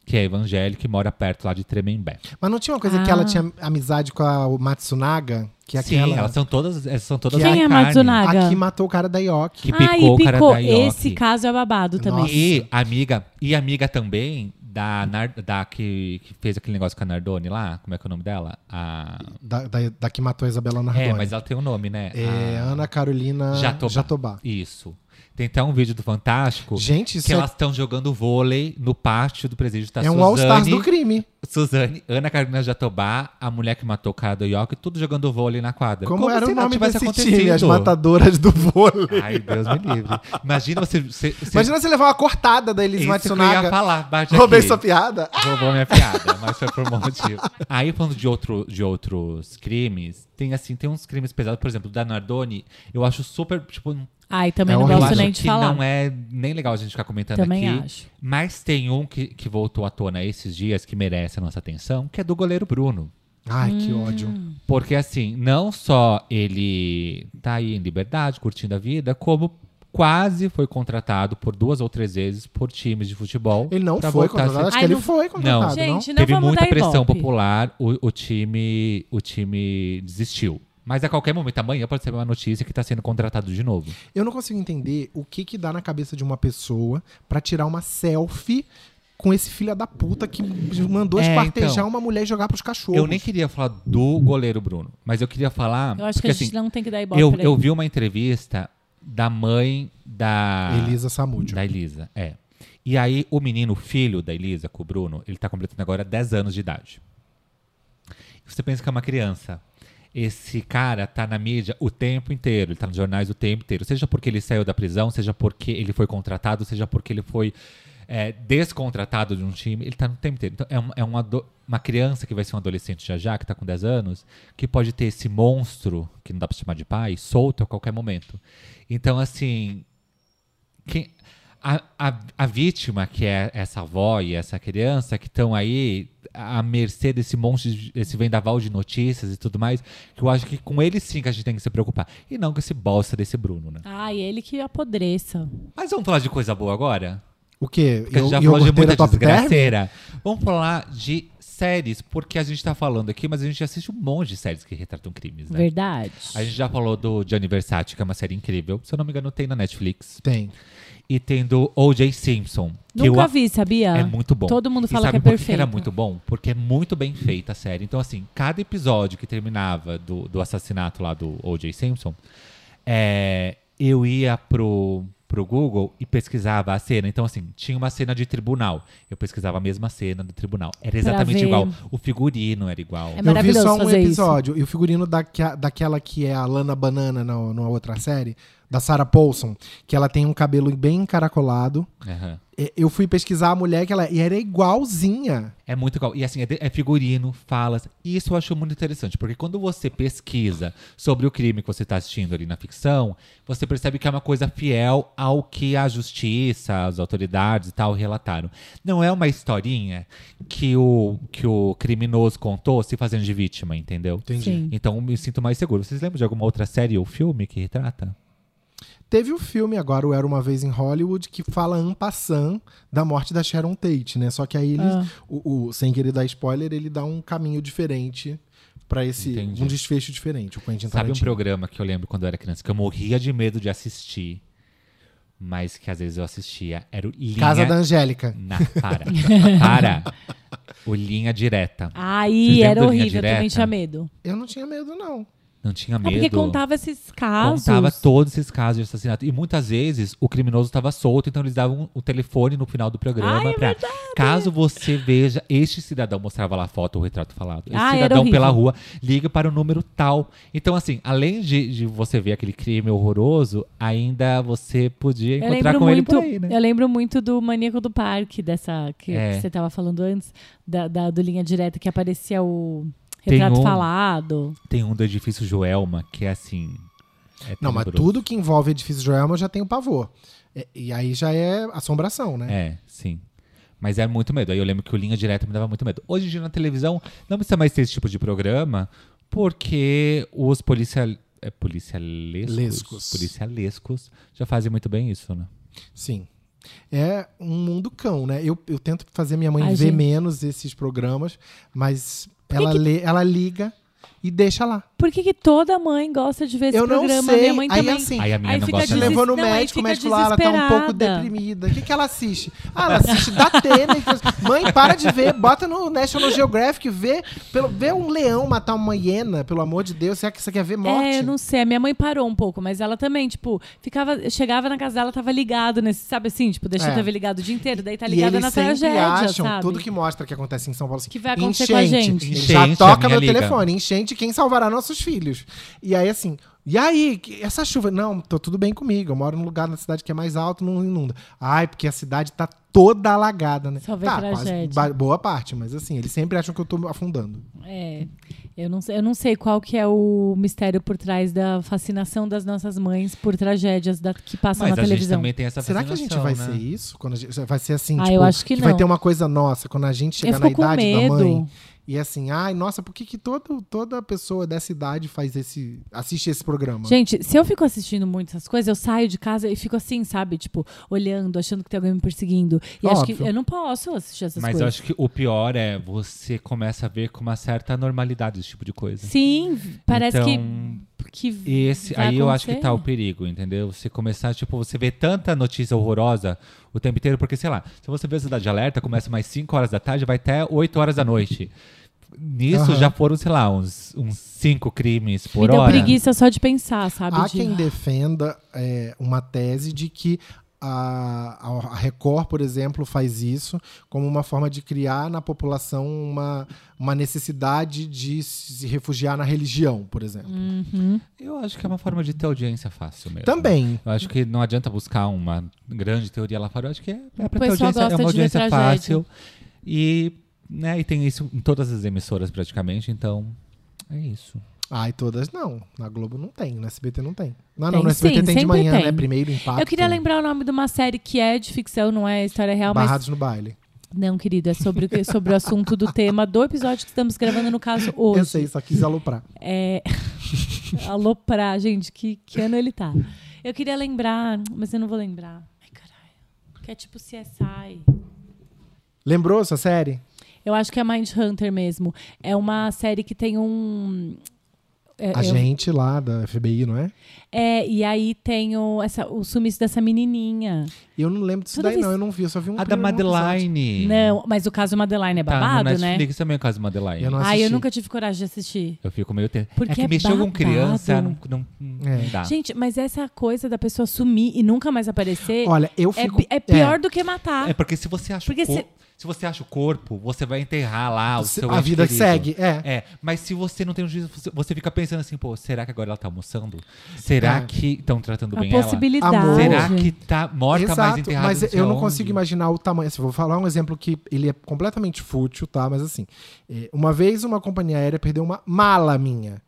que é evangélica e mora perto lá de Tremembé. Mas não tinha uma coisa que Ah. ela tinha amizade com a Matsunaga? Que é Sim, aquela elas são todas. Elas são todas Que da Quem é carne. Matsunaga? a que matou o cara da Ioki. Que picou, ah, e o cara picou. da Ioki. Esse caso é babado também. Nossa. E amiga, e amiga também da, Nar- da que, que fez aquele negócio com a Nardone lá, como é que é o nome dela? A, Da, da, da que matou a Isabela Nardoni. é, mas ela tem um nome, né? É, A- Ana Carolina Jatobá. Jatobá. Isso. Tem até um vídeo do Fantástico Gente, que isso é, elas estão jogando vôlei no pátio do presídio. Tá é um Suzane, All-Stars do crime. Suzane, Ana Carolina Jatobá, a mulher que matou o cara do York, tudo jogando vôlei na quadra. Como, era se o nada nome tivesse desse time? As acontecido? Ah, matadoras do vôlei. Ai, Deus me livre. Imagina você. você, você Imagina você levar uma cortada da Elis isso que eu ia Matsunaga. falar. Bate Roubei aqui. sua piada. Roubou minha piada, mas foi por um motivo. Aí, falando de, outro, de outros crimes, tem assim, tem uns crimes pesados, por exemplo, da Nardoni, eu acho super, tipo, Ai, também É não eu horrível. gosto acho nem que de falar. não é nem legal a gente ficar comentando Também aqui. acho. Mas tem um que, que voltou à tona esses dias, que merece a nossa atenção, que é do goleiro Bruno. Ai, que Hum. ódio. Porque assim, não só ele tá aí em liberdade, curtindo a vida, como quase foi contratado por duas ou três vezes por times de futebol. Ele não pra foi voltar a ser contratado. Acho Ai, que ele não- foi contratado, não? Gente, não Teve vamos muita dar pressão ibope. popular, o, o time, o time desistiu. Mas a qualquer momento, amanhã pode ser uma notícia que tá sendo contratado de novo. Eu não consigo entender o que que dá na cabeça de uma pessoa pra tirar uma selfie com esse filho da puta que mandou É, espartejar então. uma mulher e jogar pros cachorros. Eu nem queria falar do goleiro Bruno, mas eu queria falar. Eu acho que porque, a gente assim, não tem que dar ibope. eu, pra eu ele. vi uma entrevista da mãe da. Elisa Samúdio. Da Elisa, é. E aí, o menino, o filho da Elisa, com o Bruno, ele tá completando agora 10 anos de idade. Você pensa que é uma criança. Esse cara tá na mídia o tempo inteiro, ele tá nos jornais o tempo inteiro. Seja porque ele saiu da prisão, seja porque ele foi contratado, seja porque ele foi é, descontratado de um time, ele tá no tempo inteiro. Então, é, um, é um ado- uma criança que vai ser um adolescente já já, que tá com 10 anos, que pode ter esse monstro, que não dá pra chamar de pai, solto a qualquer momento. Então, assim, quem- a, a, a vítima, que é essa avó e essa criança, que estão aí à mercê desse monte, de- desse vendaval de notícias e tudo mais, que eu acho que com ele sim que a gente tem que se preocupar. E não com esse bosta desse Bruno, né? Ai, ele que apodreça. Mas vamos falar de coisa boa agora? O quê? Porque a gente já falou de muita É desgraceira. Vamos falar de séries, porque a gente tá falando aqui, mas a gente assiste um monte de séries que retratam crimes, né? Verdade. A gente já falou do Johnny Versace, que é uma série incrível. Se eu não me engano, tem na Netflix. Tem. E tem do O.J. Simpson. Que Nunca eu vi, sabia? É muito bom. Ah, Todo mundo E fala que sabe é por perfeito. era muito bom? Porque é muito bem feita a série. Então, assim, cada episódio que terminava do, do assassinato lá do O.J. Simpson, é, eu ia pro, pro Google e pesquisava a cena. Então, assim, tinha uma cena de tribunal. Eu pesquisava a mesma cena do tribunal. Era exatamente ver. igual. O figurino era igual. É Eu vi maravilhoso só um fazer isso. episódio. E o figurino daque- daquela que é a Lana Banana na, numa outra série, da Sarah Paulson, que ela tem um cabelo bem encaracolado. Aham. E- Eu fui pesquisar a mulher que ela. E era igualzinha. É muito igual. E assim, é, de- é figurino, falas. E isso eu acho muito interessante, porque quando você pesquisa sobre o crime que você está assistindo ali na ficção, você percebe que é uma coisa fiel ao que a justiça, as autoridades e tal relataram. Não é uma historinha que o, que o criminoso contou se fazendo de vítima, entendeu? Entendi. Sim. Então me sinto mais seguro. Vocês lembram de alguma outra série ou filme que retrata? Teve o filme agora, o Era Uma Vez em Hollywood, que fala en passant da morte da Sharon Tate, né? Só que aí ele, Ah. o, o- sem querer dar spoiler, ele dá um caminho diferente pra esse. Entendi. Um desfecho diferente. O Quentin Sabe um Tarantino. programa que eu lembro quando eu era criança, que eu morria de medo de assistir, mas que às vezes eu assistia? Era o Linha Casa da Angélica. Na, para. para. O linha direta. Vocês Ah. Aí lembram da era linha horrível, eu direta? também tinha medo. Eu não tinha medo, não. Não tinha É medo. porque contava esses casos. Contava todos esses casos de assassinato. E muitas vezes o criminoso estava solto, então eles davam o telefone no final do programa Ai, é pra. Caso você veja, este cidadão mostrava lá a foto, o retrato falado. Este Ah, era cidadão horrível. pela rua, liga para o número tal. Então, assim, além de, de você ver aquele crime horroroso, ainda você podia Eu encontrar lembro, com ele muito, por aí, né? eu lembro muito do Maníaco do Parque, dessa que, É. que você tava falando antes, da, da- do Linha Direta, que aparecia o Tem retrato um- falado. Tem um do edifício Joelma que é assim. é Não, mas tenebroso. tudo que envolve edifício Joelma eu já tenho pavor. E, e aí já é assombração, né? É, sim. Mas é muito medo. Aí eu lembro que o Linha Direta me dava muito medo. Hoje em dia na televisão não precisa mais ter esse tipo de programa, porque os policial... é, policialescos, Lescos. policialescos já fazem muito bem isso, né? Sim. É um mundo cão, né? Eu, eu tento fazer minha mãe Ai, ver gente. menos esses programas, mas ela, lê, ela liga e deixa lá. Por que, que toda mãe gosta de ver esse eu não programa? sei. Minha mãe aí também. assim, Aí a minha Aí não fica gosta né? Você Desis- não. levou no não, aí médico, o fica médico lá, ela tá um pouco desesperada. deprimida. O que, que ela assiste? Ah, ela assiste da Tener. Mãe, para de ver, bota no National Geographic, vê, pelo, vê um leão matar uma hiena, pelo amor de Deus. Será que você quer ver morte? É, eu não sei. A minha mãe parou um pouco, mas ela também, tipo, ficava, chegava na casa dela, tava ligado nesse, sabe assim, tipo, deixa É. a TV ligado o dia inteiro, daí tá e ligada eles na sempre tragédia, acham sabe? tudo que mostra que acontece em São Paulo. assim, Que vai acontecer com a gente. Ele Enchente, já toca a minha meu liga. telefone. Enchente, quem salvará nossos filhos? E aí, assim... E aí, que- essa chuva? Não, tô tudo bem comigo. Eu moro num lugar na cidade que é mais alto, não inunda. Ai, porque a cidade tá toda alagada, né? Só vê tá, tragédia. ba- boa parte, mas assim, eles sempre acham que eu tô afundando. É. Eu não, sei- eu não sei qual que é o mistério por trás da fascinação das nossas mães por tragédias da- que passam Mas na a gente televisão. também tem essa Será que a gente vai fascinação, ser Tá né? isso? Quando a gente, vai ser assim, Ah, tipo, eu acho que vai não. ter uma coisa nossa quando a gente chegar Eu na fico com idade medo. da mãe. E assim, ai, nossa, por que, que todo, toda pessoa dessa idade faz esse. assiste esse programa? Gente, se eu fico assistindo muito essas coisas, eu saio de casa e fico assim, sabe? Tipo, olhando, achando que tem alguém me perseguindo. E acho que Óbvio. eu não posso assistir essas Mas eu coisas. acho que o pior é você começa a ver com uma certa normalidade esse tipo de coisa. Sim, parece Então, que. que Esse, vai aí eu acho que acontecer. tá o perigo, entendeu? Você começar, tipo, você vê tanta notícia horrorosa o tempo inteiro, porque, sei lá, se você vê a cidade de alerta, começa mais 5 horas da tarde, vai até 8 horas da noite. Nisso Aham. já foram, sei lá, uns 5 crimes me por deu hora. preguiça só de pensar, sabe? Há De- quem defenda é, uma tese de que a, a- a Record, por exemplo, faz isso como uma forma de criar na população uma, uma necessidade de se refugiar na religião, por exemplo. Hum. Eu acho que é uma forma de ter audiência fácil mesmo. Também. Eu acho que não adianta buscar uma grande teoria lá fora. Eu acho que é, é pra ter audiência, pessoal gosta é de uma ver audiência tragédia. fácil. E, né, e tem isso em todas as emissoras praticamente, então é isso. Ai, todas não. Na Globo não tem, no SBT não tem. Ah, Não, não, Tem no SBT sim, tem de sempre manhã, tem. né? Primeiro impacto. Eu queria lembrar o nome de uma série que é de ficção, não é história real, Barrados no baile. mas. Não, querido, é sobre, o que- sobre o assunto do tema do episódio que estamos gravando, no caso, hoje. Eu sei, só quis aloprar. É... Aloprar, gente, que, que ano ele tá? Eu queria lembrar, mas eu não vou lembrar. Ai, caralho. Que é tipo CSI. Lembrou a sua série? Eu acho que é Mind Hunter mesmo. É uma série que tem um. é, A eu- gente lá da FBI, não é? É, e aí tem o, essa, o sumiço dessa menininha. Eu não lembro disso Toda daí, vez- não. Eu não vi, eu só vi um A da primeiro episódio. Madeline. Não, mas o caso Madeline é Tá no babado, né? Netflix também, o caso Madeline. Eu não Ai, eu assisti. nunca tive coragem de assistir. Eu fico meio tenso. Porque é que é mexeu com babado. criança, não, não, não É. dá. Gente, mas essa coisa da pessoa sumir e nunca mais aparecer Olha, eu é, fico. pi- é pior do que matar. É porque se você acha Porque o corpo. se- Se... você acha o corpo, você vai enterrar lá o Se- seu a ente vida que querido. segue, é. É, mas se você não tem um juízo, você- você fica pensando assim, pô, será que agora ela tá almoçando? Será É. que estão tratando a bem possibilidade. ela? Amor. Será que tá morta mais Exato, enterrada? mas sei eu não onde? consigo imaginar o tamanho. Assim, vou falar um exemplo que ele é completamente fútil, tá? Mas assim, é, uma vez uma companhia aérea perdeu uma mala minha,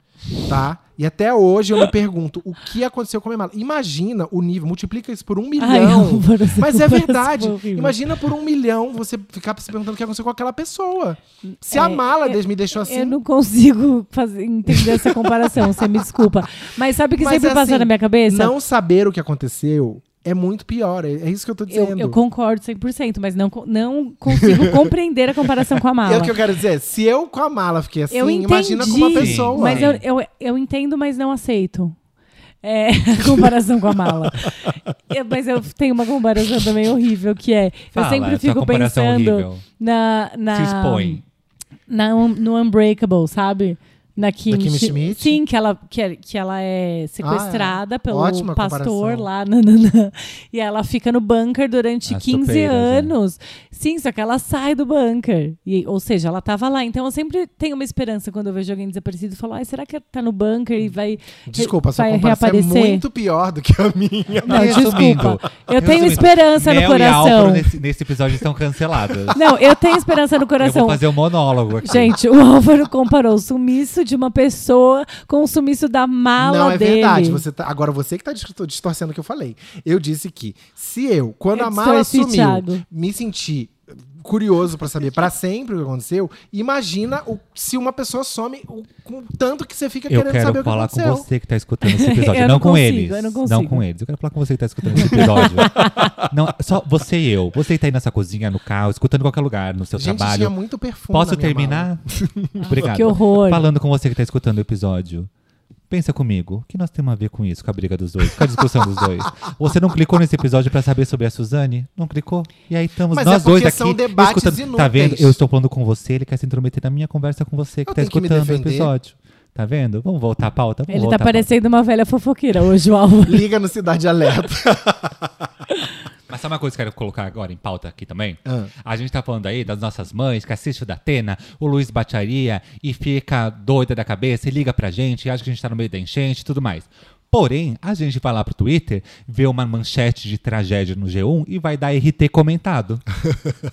tá? E até hoje eu me pergunto o que aconteceu com a minha mala. Imagina o nível, multiplica isso por um Ai, milhão. Álvaro, essa mas é conversa verdade. foi horrível. Imagina por um milhão você ficar se perguntando o que aconteceu com aquela pessoa. Se a É, mala eu- des- me deixou assim, Eu não consigo fazer- entender essa comparação, você me desculpa. Mas sabe o que Mas sempre é passou assim, na minha cabeça? não saber o que aconteceu é muito pior. É, é isso que eu tô dizendo. eu, eu concordo 100%, mas não, co- não consigo compreender a comparação com a mala. É o que eu quero dizer. Se eu com a mala fiquei assim, Eu entendi, imagina com uma pessoa. Mas eu, eu, eu entendo, mas não aceito. É, a comparação com a mala. Eu- mas eu tenho uma comparação também horrível, que é... Fala, eu sempre sua fico comparação pensando horrível. na... na Se expõe. na um- no Unbreakable, sabe? Na Kim, Da Kim Schmi- Schmidt? Ah, Sim, que ela, que, é- que ela é sequestrada pelo Ótima pastor comparação. lá. nananã. e ela fica no bunker durante As 15 topeiras, né? anos. Sim, só que ela sai do bunker. E, ou seja, ela tava lá. Então eu sempre tenho uma esperança quando eu vejo alguém desaparecido. Falo, ai, será que tá no bunker e vai Desculpa, a sua vai comparação é reaparecer? muito pior do que a minha. Não, Resumindo, desculpa. Eu resumindo, tenho esperança Mel no E Álvaro coração. nesse, nesse episódio estão canceladas. Não, eu tenho esperança no eu coração. vou fazer um monólogo aqui. Gente, o Álvaro comparou o sumiço de uma pessoa com o sumiço da mala Não, é dele. verdade. Você tá- agora você que tá distor- distorcendo o que eu falei. Eu disse que se eu, quando Eu a mala distorci, sumiu, Thiago. me senti curioso pra saber pra sempre o que aconteceu, imagina o- se uma pessoa some o, com o tanto que você fica Eu querendo saber quero o que falar com aconteceu. você que tá escutando esse episódio. Eu não, não com consigo, eles. eu não não consigo. com eles. Eu quero falar com você que tá escutando esse episódio. não, só você e eu. Você que tá aí nessa cozinha, no carro, escutando em qualquer lugar, no seu Gente, trabalho. tinha muito perfume. Posso na minha mala. Ah, terminar? Obrigado. que horror. Falando com você que tá escutando o episódio. Pensa comigo, o que nós temos a ver com isso, com a briga dos dois, com a discussão dos dois? Você não clicou nesse episódio pra saber sobre a Suzane? Não clicou? E aí estamos Mas é nós dois porque aqui. são debates escutando, tá inúteis. vendo? Eu estou falando com você, ele quer se intrometer na minha conversa com você que Eu tá tenho que me escutando o defender. episódio. Tá vendo? Vamos voltar à pauta? Vamos Ele voltar tá à pauta. parecendo uma velha fofoqueira hoje, o Álvaro. Liga no Cidade Alerta. Mas sabe uma coisa que eu quero colocar agora em pauta aqui também? Ah. A gente tá falando aí das nossas mães, que assiste o Datena, o Luiz Bacharia e fica doida da cabeça e liga pra gente, e acha que a gente tá no meio da enchente e tudo mais. Porém, a gente vai lá pro Twitter, vê uma manchete de tragédia no G1 e vai dar RT comentado.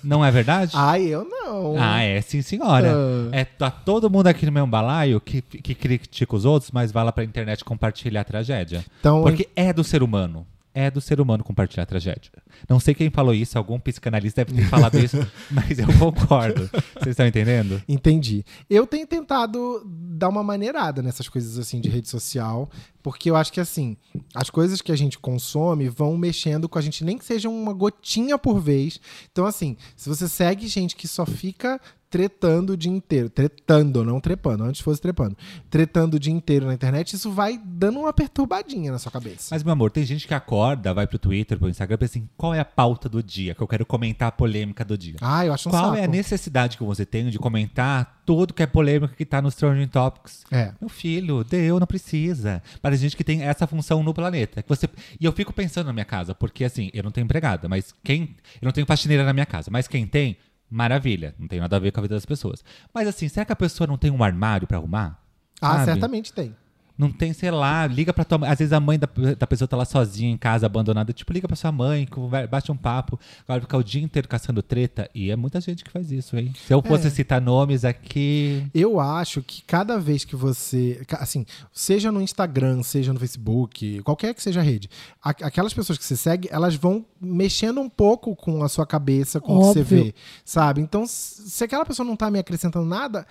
Não é verdade? Ai, eu não. Ah, é, sim, senhora. Ah. É, tá todo mundo aqui no meu balaio que, que critica os outros, mas vai lá pra internet compartilhar a tragédia. Então, Porque é do ser humano. É do ser humano compartilhar a tragédia. Não sei quem falou isso, algum psicanalista deve ter falado isso, mas eu concordo. Vocês estão entendendo? Entendi. Eu tenho tentado dar uma maneirada nessas coisas assim de rede social, porque eu acho que assim, as coisas que a gente consome vão mexendo com a gente, nem que seja uma gotinha por vez. Então, assim, se você segue gente que só fica tretando o dia inteiro, tretando, não trepando, antes fosse trepando, tretando o dia inteiro na internet, isso vai dando uma perturbadinha na sua cabeça. Mas, meu amor, tem gente que acorda, vai pro Twitter, pro Instagram, e pensa assim: qual é a pauta do dia? Que eu quero comentar a polêmica do dia. Ah, eu acho um qual saco. é a necessidade que você tem de comentar tudo que é polêmica que tá nos Trending Topics? É. Meu filho, deu, não precisa. Para gente que tem essa função no planeta. que você... E eu fico pensando na minha casa, porque assim, eu não tenho empregada, mas quem. Eu não tenho faxineira na minha casa, mas quem tem, maravilha. Não tem nada a ver com a vida das pessoas. Mas assim, será que a pessoa não tem um armário pra arrumar? Ah, Sabe? certamente tem. Não tem, sei lá, liga pra tua mãe. Às vezes a mãe da, da pessoa tá lá sozinha em casa, abandonada. Tipo, liga pra sua mãe, conver- bate um papo. Agora fica o dia inteiro caçando treta. E é muita gente que faz isso, hein? Se É. eu fosse citar nomes aqui. Eu acho que cada vez que você. ca- Assim, seja no Instagram, seja no Facebook, qualquer que seja a rede, a- aquelas pessoas que você segue, elas vão mexendo um pouco com a sua cabeça, com o que você Óbvio. vê, sabe? Então, s- se aquela pessoa não tá me acrescentando nada.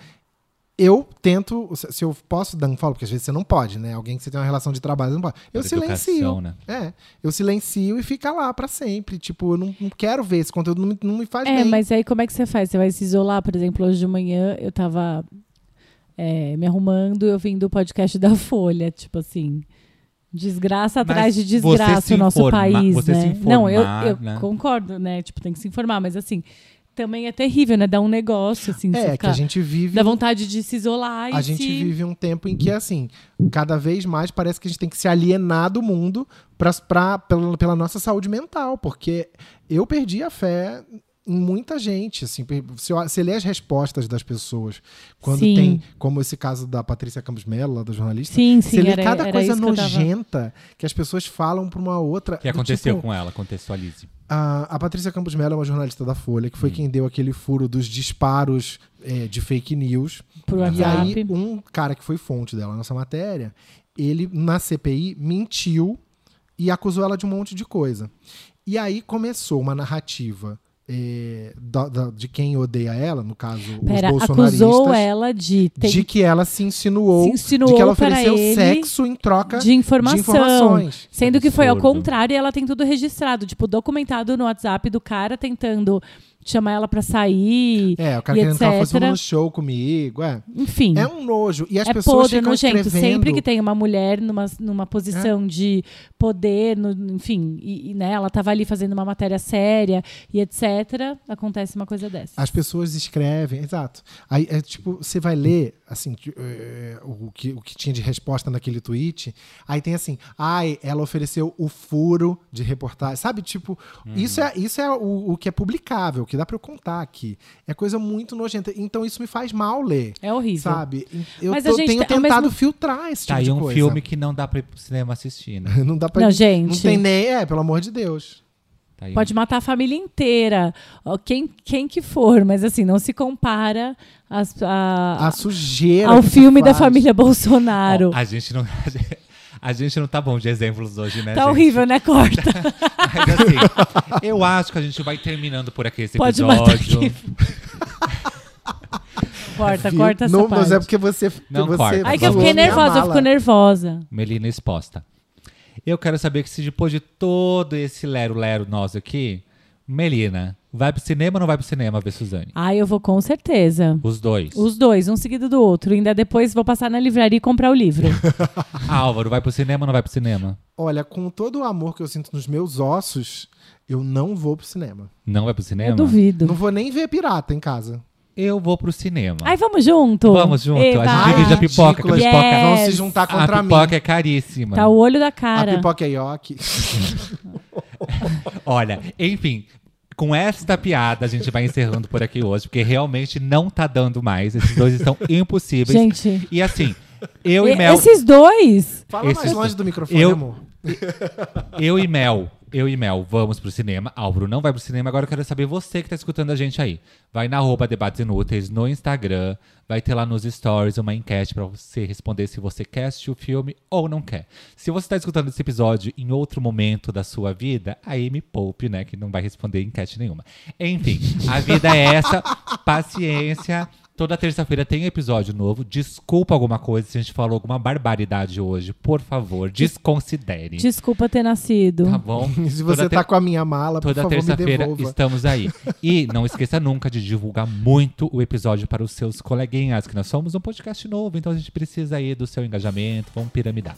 Eu tento, se se eu posso dar um follow, porque às vezes você não pode, né? Alguém que você tem uma relação de trabalho, você não pode. Eu Por silencio. educação, né? É, eu silencio e fica lá pra sempre. Tipo, eu não, não quero ver esse conteúdo, não me, não me faz É, bem. mas aí como é que você faz? Você vai se isolar? Por exemplo, hoje de manhã eu tava é, me arrumando, eu vim do podcast da Folha, tipo assim. Desgraça atrás de você se desgraça o nosso informa- país, você né? se Não, eu, informar, eu né? concordo, né? Tipo, tem que se informar, mas assim, também é terrível, né? Dá um negócio, assim, você É, que ficar- a gente vive. dá vontade de se isolar e A gente se... vive um tempo em que, assim, cada vez mais parece que a gente tem que se alienar do mundo pra, pra, pela, pela nossa saúde mental, porque eu perdi a fé em muita gente, assim, per- se eu- você lê as respostas das pessoas, quando Sim. tem, como esse caso da Patrícia Campos Melo, lá da jornalista, Sim, sim, você lê era, cada era coisa isso que eu tava- nojenta que as pessoas falam pra uma outra. O que do aconteceu tipo, com ela? Contextualize. a, a Patrícia Campos Melo é uma jornalista da Folha, que foi Hum. quem deu aquele furo dos disparos eh, de fake news Pro e WhatsApp. aí, um cara que foi fonte dela na nossa matéria, ele, na CPI, mentiu e acusou ela de um monte de coisa. E aí começou uma narrativa eh, da- da- de quem odeia ela, no caso, Pera, os bolsonaristas, acusou ela de ter de que ela se insinuou, Se insinuou de que ela para ofereceu ele sexo em troca de informação. de informações. Sendo que foi ao Absurdo. contrário e ela tem tudo registrado, tipo, documentado no WhatsApp do cara tentando chamar ela pra sair. É, o cara e querendo que ela fosse etc. no show comigo, é. Enfim. É um nojo. E as é pessoas podre, ficam nojento. escrevendo... É. Sempre que tem uma mulher numa, numa posição de poder, no- enfim, e, e, né, ela tava ali fazendo uma matéria séria e etc., acontece uma coisa dessa. As pessoas escrevem, exato. Aí é tipo, você vai ler assim que, eh, o, que, o que tinha de resposta naquele tweet, aí tem assim, ai, ela ofereceu o furo de reportagem. Sabe, tipo, Uhum. isso é, isso é o, o que é publicável, que dá pra eu contar aqui. É coisa muito nojenta. Então isso me faz mal ler. É horrível. Sabe? Eu Mas tô- a gente tenho tem- ao mesmo- tentado filtrar esse tipo Tá aí de um coisa. filme que não dá pra ir pro cinema assistir, né? não dá pra Não, gente. Não tem nem, é, pelo amor de Deus. Tá aí um- Pode matar a família inteira, ó, quem, quem que for, mas assim, não se compara às- a- A sujeira ao que se filme da faz. família Ó, Bolsonaro. a gente não. A gente não tá bom de exemplos hoje, né? Tá gente? horrível, né? Corta. Mas assim, eu acho que a gente vai terminando por aqui esse Pode matar episódio. corta, Viu? Tá, corta essa não, parte. Mas é porque você. Não você corta. Aí que eu Vamos falou fiquei minha nervosa, eu mala. fico nervosa. Melina exposta. Eu quero saber que se depois de todo esse lero-lero nosso aqui, Melina, vai pro cinema ou não vai pro cinema ver Suzane? Ah, eu vou com certeza. Os dois. Os dois, um seguido do outro. Ainda depois vou passar na livraria e comprar o livro. Álvaro, vai pro cinema ou não vai pro cinema? Olha, com todo o amor que eu sinto nos meus ossos, eu não vou pro cinema. Não vai pro cinema? Eu duvido. É, Não vou nem ver pirata em casa. Eu vou pro cinema. Aí vamos junto. Vamos junto. Eba. A gente divide a pipoca. que A ridículas. pipoca, Yes. Vão se juntar Tá contra a mim. pipoca é caríssima. Tá o olho da A cara. pipoca é ioki. Olha, enfim, com esta piada a gente vai encerrando por aqui hoje, porque realmente não tá dando mais. Esses dois estão impossíveis. Gente. E assim, eu E- e Mel. Esses dois. Fala mais Esse- longe do microfone, Eu- amor. Eu e Mel. Eu e Mel vamos pro cinema. Álvaro não vai pro cinema. Agora eu quero saber você que tá escutando a gente aí. Vai na arroba Debates Inúteis no Instagram. Vai ter lá nos stories uma enquete pra você responder se você quer assistir o filme ou não quer. Se você tá escutando esse episódio em outro momento da sua vida, aí me poupe, né? Que não vai responder enquete nenhuma. Enfim, a vida é essa. Paciência. Toda terça-feira tem episódio novo. Desculpa alguma coisa se a gente falou alguma barbaridade hoje. Por favor, desconsidere. Desculpa ter nascido. Tá bom? Se você Toda tá ter- com a minha mala, por Toda favor, me terça-feira devolva. estamos aí. E não esqueça nunca de divulgar muito o episódio para os seus coleguinhas, que nós somos um podcast novo, então a gente precisa aí do seu engajamento. Vamos piramidar.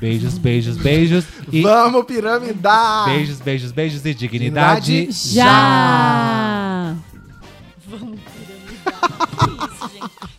Beijos, beijos, beijos. E Vamos piramidar! beijos, beijos, beijos e dignidade. Dignidade Já! Que isso, gente?